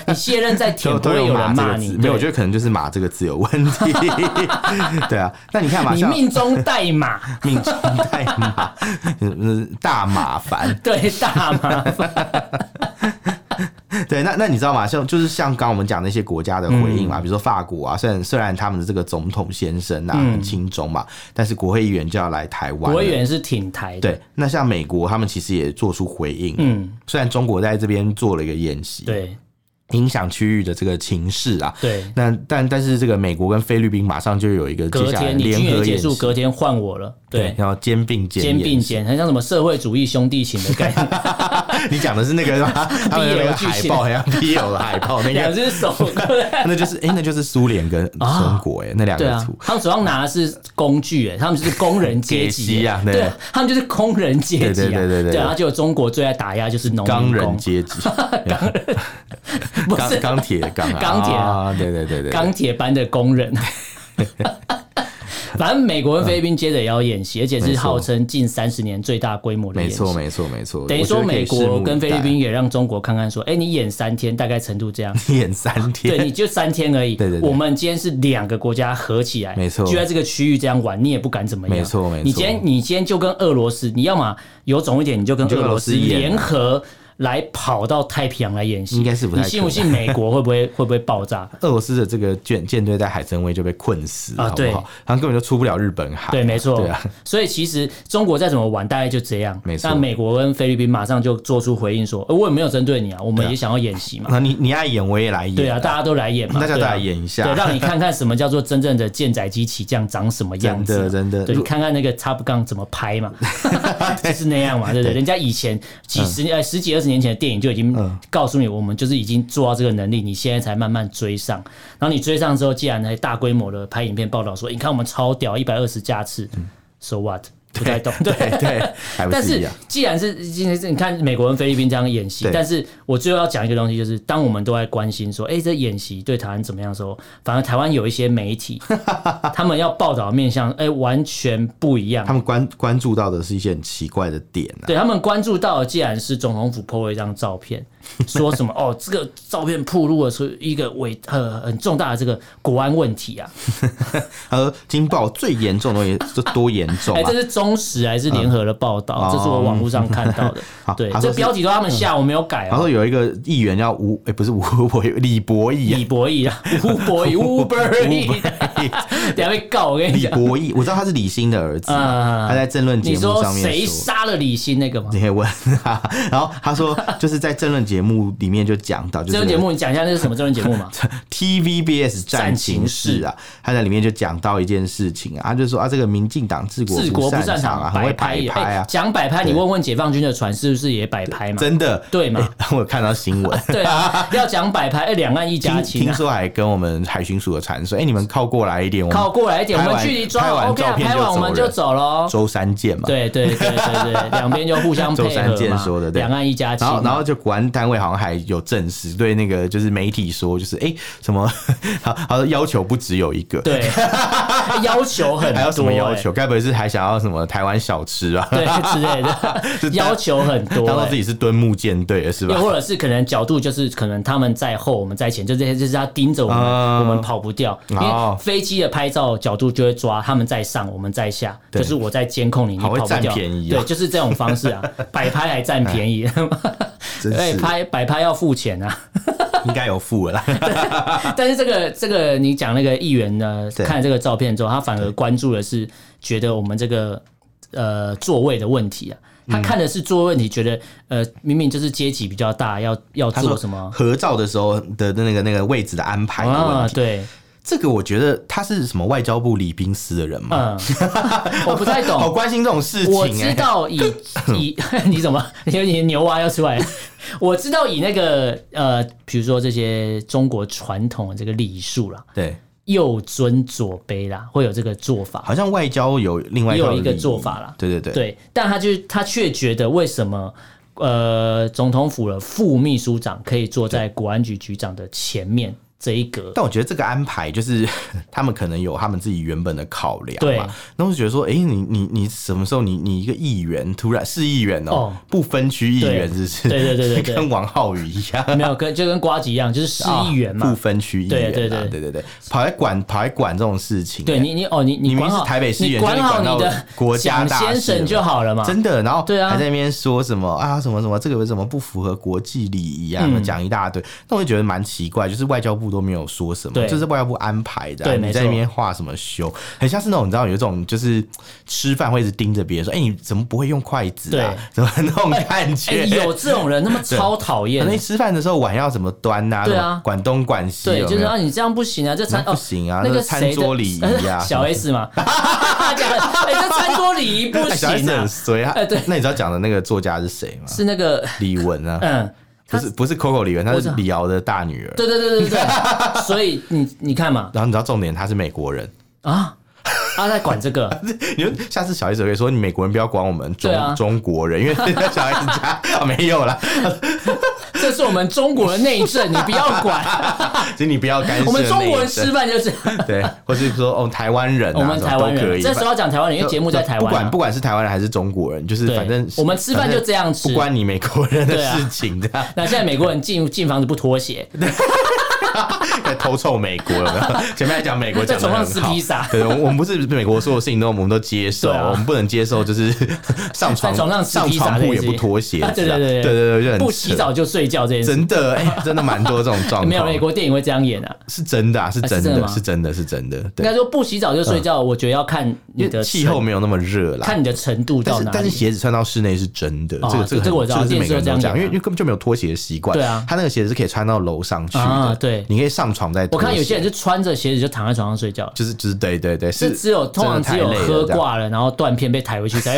A: 你卸任再舔，
B: 都
A: 不
B: 都
A: 会有人
B: 马这
A: 骂
B: 个
A: 你。
B: 字，没有，我觉
A: 对
B: 得可能就是马这个字有问
A: (laughs)
B: 题。对啊，那你看嘛，
A: 你
B: 像
A: 命中带马，
B: 命中带马， (laughs) 嗯大马凡。
A: 对大马，
B: (laughs) 对，那那你知道吗？像就是像刚刚我们讲那些国家的回应
A: 嗯
B: 嘛，比如说法国啊，虽然虽然他们的这个总统先生啊很亲中嘛，但是国会议员就要来台湾了，
A: 嗯国会议员是挺台的。
B: 对，那像美国，他们其实也做出回应。
A: 嗯，
B: 虽然中国在这边做了一个演习，，
A: 对
B: 影响区域的这个情势啊。
A: 对，
B: 那但但是这个美国跟菲律宾马上就有一个接
A: 隔
B: 下来
A: 天你
B: 联
A: 军
B: 合
A: 演结
B: 演
A: 束，
B: 习，
A: 隔天换我了。对，
B: 然后肩并肩
A: 肩并
B: 演习。
A: 肩，很像什么社会主义兄弟情的概
B: (laughs)
A: 念。
B: 你讲的是那个吗
A: (laughs)
B: 他们的那个
A: BL 剧
B: 海
A: 情 (laughs)
B: 报，好像 BL 的海报那
A: 两
B: 个。
A: 只
B: (laughs)
A: 手，
B: 那就是哎、那就是苏联跟
A: 啊
B: 中国哎、那两
A: 对
B: 个
A: 啊
B: 图，，
A: 他们手上拿的是工具，哎，他们就是工人阶
B: (laughs) 给
A: 级
B: 息啊对
A: 对啊，他们就是工人阶级啊，
B: 对对对对对
A: 对啊，就中国最爱打压就是农
B: 钢
A: 民
B: 人
A: 工，
B: 阶级，
A: (laughs) 不
B: 钢
A: 是
B: 钢铁的钢
A: (laughs)
B: 啊，
A: 钢铁啊
B: 啊，对对对对，
A: 钢铁般的工人。 (laughs) 反正美国跟菲律宾接着也要演习，而且
B: 嗯没
A: 是
B: 错
A: 号称近三十年最大规模的
B: 没
A: 演习
B: 错。没错没错，
A: 等于
B: 我觉
A: 说，
B: 得可以
A: 美
B: 拭目
A: 国
B: 以
A: 跟菲律
B: 待
A: 宾也让中国看看，说，哎，你演三天，大概程度这样，
B: (laughs) 演三
A: (laughs)
B: 天，(laughs)
A: 对，你就三天而已。
B: 对对对
A: 我们今天是两个国家合起来，
B: 没错
A: 就在这个区域这样玩，你也不敢怎么样。
B: 没错没错
A: 你今天你今天就跟俄罗斯，你要么有种一点，你就跟
B: 你就
A: 俄罗斯
B: 俄罗斯演啊
A: 联合。来跑到太平洋来演习，
B: 应该是不太
A: 你信不
B: 可
A: 信美国会不会 (laughs) 会不会爆炸？
B: 俄罗斯的这个舰舰队在海参崴就被困死，
A: 啊
B: 好不
A: 对
B: 好？他们根本就出不了日本海。
A: 对，没错。
B: 对啊，
A: 所以其实中国再怎么玩，大概就这样。
B: 没错
A: 那美国跟菲律宾马上就做出回应说，呃我也没有针对你啊，我们也想要演习
B: (laughs)
A: 嘛。
B: 那你你爱演我也来演，
A: 对啊，大家都来演嘛，
B: 大家都
A: 对啊
B: 来演一下
A: 对，让你看看什么叫做真正的舰载机起降长什么样子嘛，
B: 真的真的
A: 对，
B: 如
A: 你看看那个插不杠怎么拍
B: (laughs)
A: 嘛，就是那样嘛，对不对？人家以前几十
B: 嗯
A: 年、呃十几二十年前的电影就已经告诉你，我们就是已经做到这个能力，你现在才慢慢追上。然后你追上之后，既然还大规模的拍影片报道说，你看我们超屌，一百二十架次，so what？不太懂，对 (laughs)
B: 嗯 (laughs) 对对，还不
A: 但
B: 是一
A: 是
B: 样？
A: 既然是今天是你看美国跟菲律宾这样演习
B: 对，
A: 但是我最后要讲一个东西，就是当我们都在关心说，哎、这演习对台湾怎么样的时候，反而台湾有一些媒
B: (laughs)
A: 体，他们要报道的面向，哎、完全不一样
B: 他。们关关注到的是一些很奇怪的点啊，
A: 对他们关注到的，既然是总统府 PO 了一张照
B: (laughs)
A: 片，说什么哦，这个照片暴露了出一个伟呃很重大的这个国安问题啊，
B: 他说惊爆最严重的东西这多严重
A: 哎、(laughs)
B: 啊
A: 这！是中时还是联合的报道？
B: 嗯
A: 这是我网络上看到的。
B: (laughs) 好
A: 对
B: 他，说
A: 这
B: 是嗯
A: 标题都他们下，我没有改、哦。
B: 然后有一个议 (laughs) 员叫吴，哎，不是吴伯义，李博义啊
A: 李，博义啊，吴博义、吴伯义，
B: 以。
A: (laughs) 等下被告，我跟你
B: 李
A: 讲。(laughs)
B: 博义，我知道他是李欣的儿子嘛，
A: 嗯
B: 他在政论节
A: 你
B: 目
A: 说
B: 上面
A: 谁杀了李欣那个吗？
B: (laughs) 你可以问他。然后他
A: (laughs)
B: 说，就是在政论节目里面就讲到，就
A: 这
B: 是
A: 种节目你讲一下那是什么这种节目嘛？
B: TVBS 战情室啊，他在里面就讲到一件事情啊，他就说啊，这个民进党治国
A: 治国不
B: 擅
A: 擅
B: 长啊，
A: 长，
B: 很会
A: 摆
B: 摆
A: 也
B: 拍
A: 哎
B: 啊，
A: 讲摆拍，你
B: 对
A: 问问解放军的船是不是也摆拍嘛？
B: (laughs) 真的。
A: 对嘛？
B: 欸 (laughs) 我有看到
A: (laughs)
B: 新闻，
A: 对啊，要讲摆拍，哎，两岸一家
B: 听
A: 亲
B: 听
A: 啊。
B: 说还跟我们海巡署的船说，哎，你们靠过来一点，我
A: 靠
B: 们
A: 过来一点，
B: 拍
A: 我们
B: 完
A: 距离抓
B: 拍完
A: 好 OK 啊，
B: 照片
A: 拍
B: 就
A: 完我
B: 走
A: 们就
B: 人
A: 走
B: (laughs)
A: 喽。
B: 舟山见嘛。
A: 对对对对对，两边就互相配
B: 周三
A: 合
B: 见
A: 嘛。
B: 说的对
A: 两岸一家亲
B: 然
A: 嘛。
B: 后，然后就国安单位好像还有证实对那个就是媒体说，就是哎、什么， (laughs) 他他说要求不只有一个， (laughs)
A: 对，哎要求很多，
B: 还有什么要
A: 欸？
B: 求？该不会是还想要什么台湾小吃啊？ (laughs)
A: 对之类的，
B: 就
A: 要求很多
B: (laughs) 当做
A: 欸
B: 自。己是敦睦舰队了是吧
A: 又？或者是可能角度就是可能他们在后，我们在前，就这些就是他盯着我们，
B: 嗯
A: 我们跑不掉。因
B: 哦
A: 为飞机的拍照角度就会抓他们在上，我们在下，
B: 对
A: 就是我在监控你，你
B: 好
A: 跑
B: 会
A: 不
B: 占
A: 掉。
B: 便宜哦
A: 对，就是这种方式
B: (laughs)
A: 啊，摆拍还占便宜，
B: 真
A: (laughs) 哎，
B: 是
A: 拍摆拍要付钱啊。
B: 应该有付
A: (laughs)
B: 了啦。
A: 但是这个这个你讲那个议员呢，
B: 对
A: 看了这个照片之后，他反而关注的是觉得我们这个呃座位的问题啊。
B: 嗯
A: 他看的是座位问题，觉得呃明明就是阶级比较大，要要
B: 他说
A: 做什么
B: 合照的时候的那个那个位置的安排的问
A: 啊？
B: 题，
A: 对，
B: 这个我觉得他是什么外交部礼宾司的人嘛，
A: 嗯，我不太
B: 好
A: 懂。
B: 关心这种事
A: 我
B: 情
A: 知
B: 哎、
A: 道
B: (laughs)
A: 以以 (laughs) 你怎么有点牛蛙要出来了？ (laughs) 我知道以那个呃，比如说这些中国传统的这个礼数啦，
B: 对，
A: 右尊左卑啦，会有这个做法。
B: 好像外交有另外套
A: 也有一个
B: 礼仪
A: 做法啦
B: 对对对，
A: 对，但他就是他却觉得为什么呃，总统府的副秘书长可以坐在国安局局长的前面这一格？
B: 但我觉得这个安排就是 (laughs) 他们可能有他们自己原本的考量
A: 对
B: 嘛。那我就觉得说，哎、你你你什么时候你你一个议员突然是议员哦、
A: 哦
B: 不分区议员是不是？
A: 对对对对对
B: (laughs) 跟王浩宇一
A: (laughs)
B: 样。
A: 没有跟就跟瓜吉一样，就是市议员
B: 啊
A: 嘛
B: (laughs) 不。分区议员、
A: 对
B: 啊，对
A: 对
B: 对
A: 对
B: 对对，跑来管跑来管这种事情、
A: 对
B: 哎
A: 你你哦你
B: 你明
A: 管
B: 明
A: 好
B: 是台北市议
A: 你
B: 员
A: 管好
B: 就
A: 你
B: 是管到
A: 的
B: 国家
A: 蒋
B: 大
A: 先
B: 事了
A: 生就好了嘛。
B: 真的，然后
A: 对啊
B: 还在那边说什么啊什么什么，这个为什么不符合国际礼仪啊，
A: 嗯
B: 讲、一大堆，那我就觉得蛮奇怪，就是外交部都没有说什么，
A: 对
B: 这是外交部安排的、啊，
A: 对
B: 你
A: 没
B: 在
A: 错
B: 那边画什么修，很像是那种你知道有一种就是 (laughs) 吃饭会一直盯着别人说，哎、你怎么不会用筷子啊
A: 对，
B: 怎么那种感
A: 哎、
B: 觉，
A: 有这种人，他妈
B: 对
A: 超讨厌
B: 可
A: 的。
B: 能吃饭的时候碗要怎么端啊，
A: 对啊
B: 什么管东管西，
A: 对，
B: 有
A: 就
B: 没
A: 是
B: 有
A: 啊，你这样不行啊，这餐
B: 哦那
A: 哦
B: 不行啊
A: 那
B: 那
A: 个
B: 是餐
A: 谁的
B: 桌
A: (laughs)
B: 礼仪啊
A: 小 S
B: (laughs)
A: 嘛， (laughs) 讲的哎，这餐桌礼仪不
B: 哎小 S
A: 行啊
B: 很，衰啊
A: 哎对！
B: 那你知道讲的那个作家是谁吗？
A: 是那个
B: 李玟啊，
A: 嗯，
B: 不是不是 Coco 李玟，她
A: 我
B: 是
A: 知道
B: 李敖的大女儿。
A: 对对对对 (laughs) 对，所以你你看嘛
B: 然后你知道重点，她是美国人。 (laughs)
A: 啊，他在管这个，
B: 你就下次小 S 可以说，你美国人不要管我们中、
A: 对啊
B: 中国人，因为 (laughs) 小 S 家、 (laughs) 啊、没有啦，
A: 这是我们中国的内政，你不要管，
B: (laughs) 所以你不要干涉。
A: 我们中国人吃饭就是。
B: 对，或是说哦台湾人、啊，
A: 我们
B: 什么
A: 台湾
B: 都可
A: 人，
B: 以。呃
A: 这时候要讲台湾人，因为节目在台
B: 不
A: 湾
B: 管
A: 啊
B: 不。管是台湾人还是中国人，就是
A: 对
B: 反正
A: 我们吃饭
B: 反正
A: 就这样吃
B: 不关你美国人的
A: 对啊
B: 事情，这样
A: 那现在美国人进进房子不脱鞋，
B: 在偷臭美国有
A: (laughs)
B: 没有？前面还讲美国讲
A: 在
B: 的很
A: 床上
B: 好，
A: 吃披萨
B: 对，我们我们不是美国所有事情都我们都接受，
A: 对啊
B: 我们不能接受就是
A: (laughs)
B: 上床
A: 在床上吃
B: 上
A: 披萨
B: 床
A: 这
B: 铺
A: 件
B: 也
A: 事
B: 不
A: 情
B: 脱鞋
A: 啊
B: 子
A: 对
B: 啊，
A: 对
B: 对
A: 对
B: 对就很
A: 不洗
B: 扯
A: 澡就睡觉这件事，
B: 真的哎、真的蛮多这种状
A: (laughs)
B: 况，
A: 没有美国电影会这样演啊。
B: 是真的啊，是真
A: 是真
B: 的，
A: 的吗
B: 是真的，是真的，
A: 应该
B: 对，嗯
A: 说不洗澡就睡觉，我觉得要看你
B: 因为
A: 的
B: 气候
A: 程，
B: 没有那么热啦。
A: 看你的程度
B: 但
A: 到
B: 是
A: 哪
B: 但是
A: 里。
B: 鞋子穿到室内是真的，
A: 哦
B: 这个这个
A: 这个我知道
B: 很这个是每个人都
A: 电视都这样
B: 因
A: 讲啊
B: 为因为根本就没有脱鞋的习惯。
A: 对啊
B: 他那个鞋子是可以穿到楼上去的
A: 啊，对
B: 你可以上床再脱
A: 我
B: 鞋。
A: 看有些人就穿着鞋子就躺在床上睡觉了。
B: 就是就是对对对，
A: 是只有通常只有
B: 真的太累了
A: 喝
B: 这样
A: 挂了，然后断片被抬回去才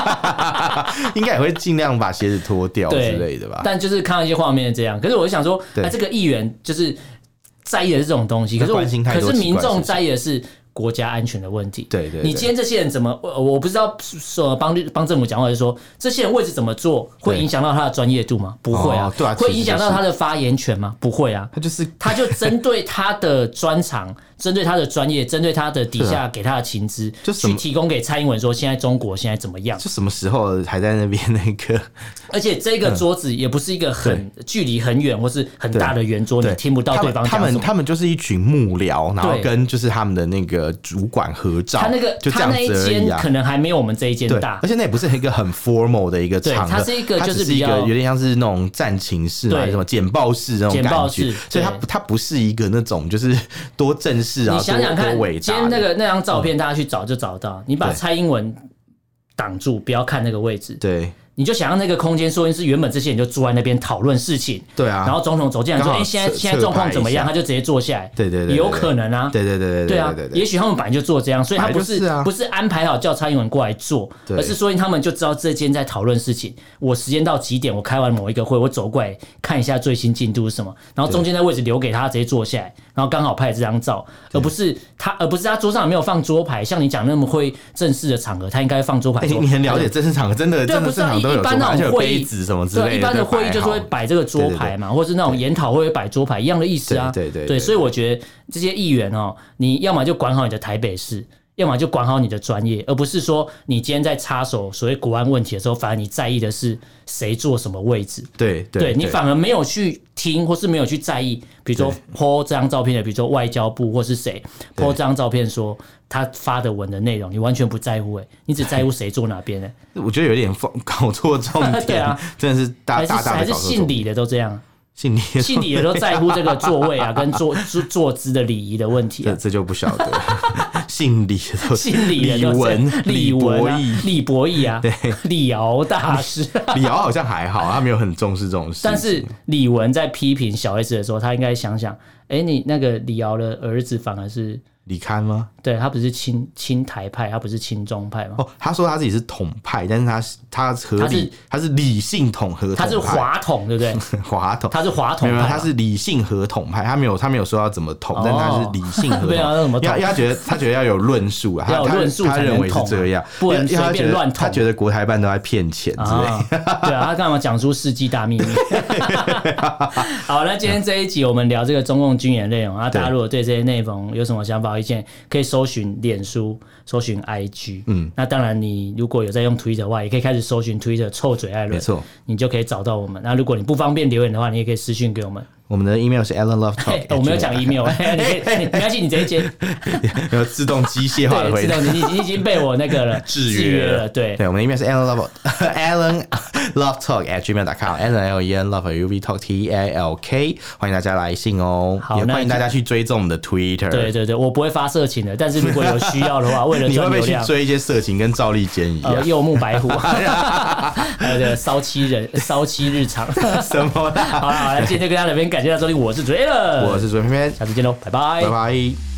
B: (laughs)
A: (laughs)
B: 应该也会尽量把鞋子脱掉
A: 对
B: 之类的吧。
A: 但就是看到一些画面这样，可是我就想说，
B: 对
A: 那、这个议员就是在意的是这种东西，可是我
B: 关心太
A: 可
B: 多
A: 是
B: 奇
A: 民
B: 怪的事
A: 众
B: 情
A: 在意的是国家安全的问题。
B: 对对对
A: 你今天这些人怎么，我我不知道说帮帮政府讲话，就是说这些人位置怎么做会
B: 对
A: 影响到他的专业度吗？不会啊，
B: 哦对啊
A: 会
B: 其实
A: 影响到
B: 就是
A: 他的发言权吗？不会啊。
B: 他就是
A: 他就针对他的专长，针对他的专业，针对他的底
B: 对啊
A: 下给他的情资，
B: 就什么
A: 去提供给蔡英文说现在中国现在怎么样？
B: 就什么时候还在那边那
A: (laughs)
B: 个？
A: 而且这个桌子也不是一个
B: 嗯
A: 很距离很远或是很大的圆桌，你听不到对方
B: 他
A: 讲什
B: 们他们
A: 么。
B: 他们就是一群幕僚，然后
A: 对
B: 跟就是他们的那个主管合照，
A: 那个
B: 就这
A: 他
B: 样
A: 那一
B: 子而已
A: 间
B: 啊
A: 可。能还没有我们这一间
B: 对，
A: 大
B: 而，且那也不是一个很 formal 的一个
A: 对
B: 场合，
A: 它是一个
B: 它只
A: 就是
B: 是一
A: 比
B: 个
A: 较
B: 有点像是那种战情室啊，
A: 对
B: 还是什么简报室那种
A: 简
B: 感
A: 报
B: 觉
A: 室，
B: 所以它
A: 对
B: 它不是一个那种就是多正势啊，
A: 你想想
B: 多
A: 看，
B: 多伟
A: 今
B: 大
A: 天
B: 的嗯
A: 那个那张照片，大家去找就找得到。你把
B: 对
A: 蔡英文挡住，不要看那个位置，
B: 对
A: 你就想让那个空间，说明是原本这些人就坐在那边讨论事情，
B: 对啊，
A: 然后总统走进来说：“
B: 刚好
A: 哎，现在
B: 侧
A: 现在状况怎么样？”
B: 侧
A: 他就直接坐下来，
B: 对对对对对
A: 有可能啊，
B: 对对对对
A: 对啊
B: 对，
A: 也
B: 对，
A: 许他们本来就做这样，所以他不
B: 本来就是啊
A: 不是安排好叫蔡英文过来做，
B: 对
A: 而是说他们就知道这间在讨论事情，我时间到几点，我开完某一个会，我走过来看一下最新进度是什么，然后中间的位置留给他直接坐下来，然后刚好拍这张照，而不是他，而不是他桌上有没有放桌牌，像你讲那么会正式的场合，他应该放桌牌
B: 哎，
A: 桌。
B: 你很了解，正式场合，真的
A: 对啊，
B: 真
A: 不
B: 的
A: 是
B: 正
A: 啊
B: 常
A: 一
B: 都有
A: 一
B: 桌
A: 般那
B: 牌，而且
A: 种
B: 有
A: 会
B: 杯
A: 议
B: 子什么之
A: 对啊，
B: 类的，
A: 一般的会议
B: 摆
A: 就是会
B: 好
A: 摆这个桌牌嘛，或是那种研讨会会摆桌牌，一样的意思啊。
B: 对对对对
A: 所以我觉得这些议员哦，你要么就管好你的台北市。要么就管好你的专业，而不是说你今天在插手所谓国安问题的时候，反而你在意的是谁坐什么位置，
B: 对
A: 对
B: 对
A: 你反而没有去听，或是没有去在意，比如说 po 这张照片的，比如说外交部或是谁 po 这张照片说他发的文的内容，你完全不在乎、欸，你只在乎谁坐哪边、欸，
B: 我觉得有点放 (laughs) 搞错重
A: (laughs) 对
B: 点
A: 啊，
B: 真的是大
A: 还是
B: 大大
A: 还
B: 的
A: 是
B: 搞错
A: 姓
B: 重点。
A: 李的都这样。
B: 姓李，
A: 心里也都在乎这个座 (laughs) 位啊，跟坐坐坐姿的礼仪的问题、
B: 这
A: 啊。
B: 这就不晓得。 (laughs) 姓李的，
A: 心里也
B: 李
A: 都是
B: 文、
A: 李
B: 博
A: 文啊
B: 义、
A: 李博义啊，李敖大
B: (laughs)
A: 师。
B: 李敖好像还好，他没有很重视这种事情。
A: 但是李玟在批评小 S 的时候，他应该想想，哎、你那个李敖的儿子反而是，
B: 李刊吗？
A: 对他不是亲亲台派，他不是亲中派吗？
B: 哦，他说他自己是统派，但是他是他合
A: 他是
B: 理，他是理性统合统
A: 他
B: 派，
A: 是华统，对不对？
B: (laughs) 华统，
A: 他是华统
B: 没有，
A: 派嘛，啊
B: 他是理性合统派，他没有他没有说要怎么统
A: 哦，
B: 但他是理性
A: (laughs)
B: 合统，
A: 没有要怎么统
B: 因为他觉得他觉得要有论述啊，他
A: 要有
B: 他
A: 论述
B: 他
A: 才能
B: 认为是
A: 统啊
B: 这样，
A: 不能
B: 因为他
A: 随便
B: 觉得
A: 乱
B: 他
A: 统
B: 觉得国台办都在骗钱之类的
A: 啊，对啊，他干嘛讲出世纪大秘密？好，那今天这一集我们聊这个中共军演内容啊，大家如果对这些内容有什么想法和意见，可以搜寻脸书，搜寻 IG，嗯，那当然你如果有在用 Twitter 的话，也可以开始搜寻 Twitter 臭嘴艾伦，
B: 没错，
A: 你就可以找到我们。那如果你不方便留言的话，你也可以私讯给我们。
B: 我们的 email 是 alan love
A: 嘿
B: talk，
A: 我没有讲 email，嘿你
B: (laughs)
A: 可以你没关系，你直接接，
B: 要自动机械化的
A: 对，
B: 回
A: 知
B: 答
A: 道。你你你已经被我那个了，
B: 制约
A: 约
B: 了
A: 了，对。
B: 对，我们的 email 是 alan love (laughs) alan love talk at gmail.com，alan l e n love u v talk t a l k，欢迎大家来信哦，
A: 好
B: 也
A: 那
B: 欢迎
A: 就
B: 大家去追踪我们的 Twitter。
A: 对对对，我不会发色情的，但是如果有需要的话，为了
B: 你会
A: 赚
B: 不会
A: 流
B: 去
A: 量，
B: 追一些色情，跟赵丽坚一样
A: 呃，？柚木白 (laughs) 虎，还 (laughs) 有这个骚妻人骚妻日常。 (laughs) 好
B: 什么啦？
A: (laughs) 了好了，今天就跟大家聊这边，感谢大家收听，我是主 A 了，
B: 我是左偏偏，
A: 下次见喽，拜拜
B: 拜拜。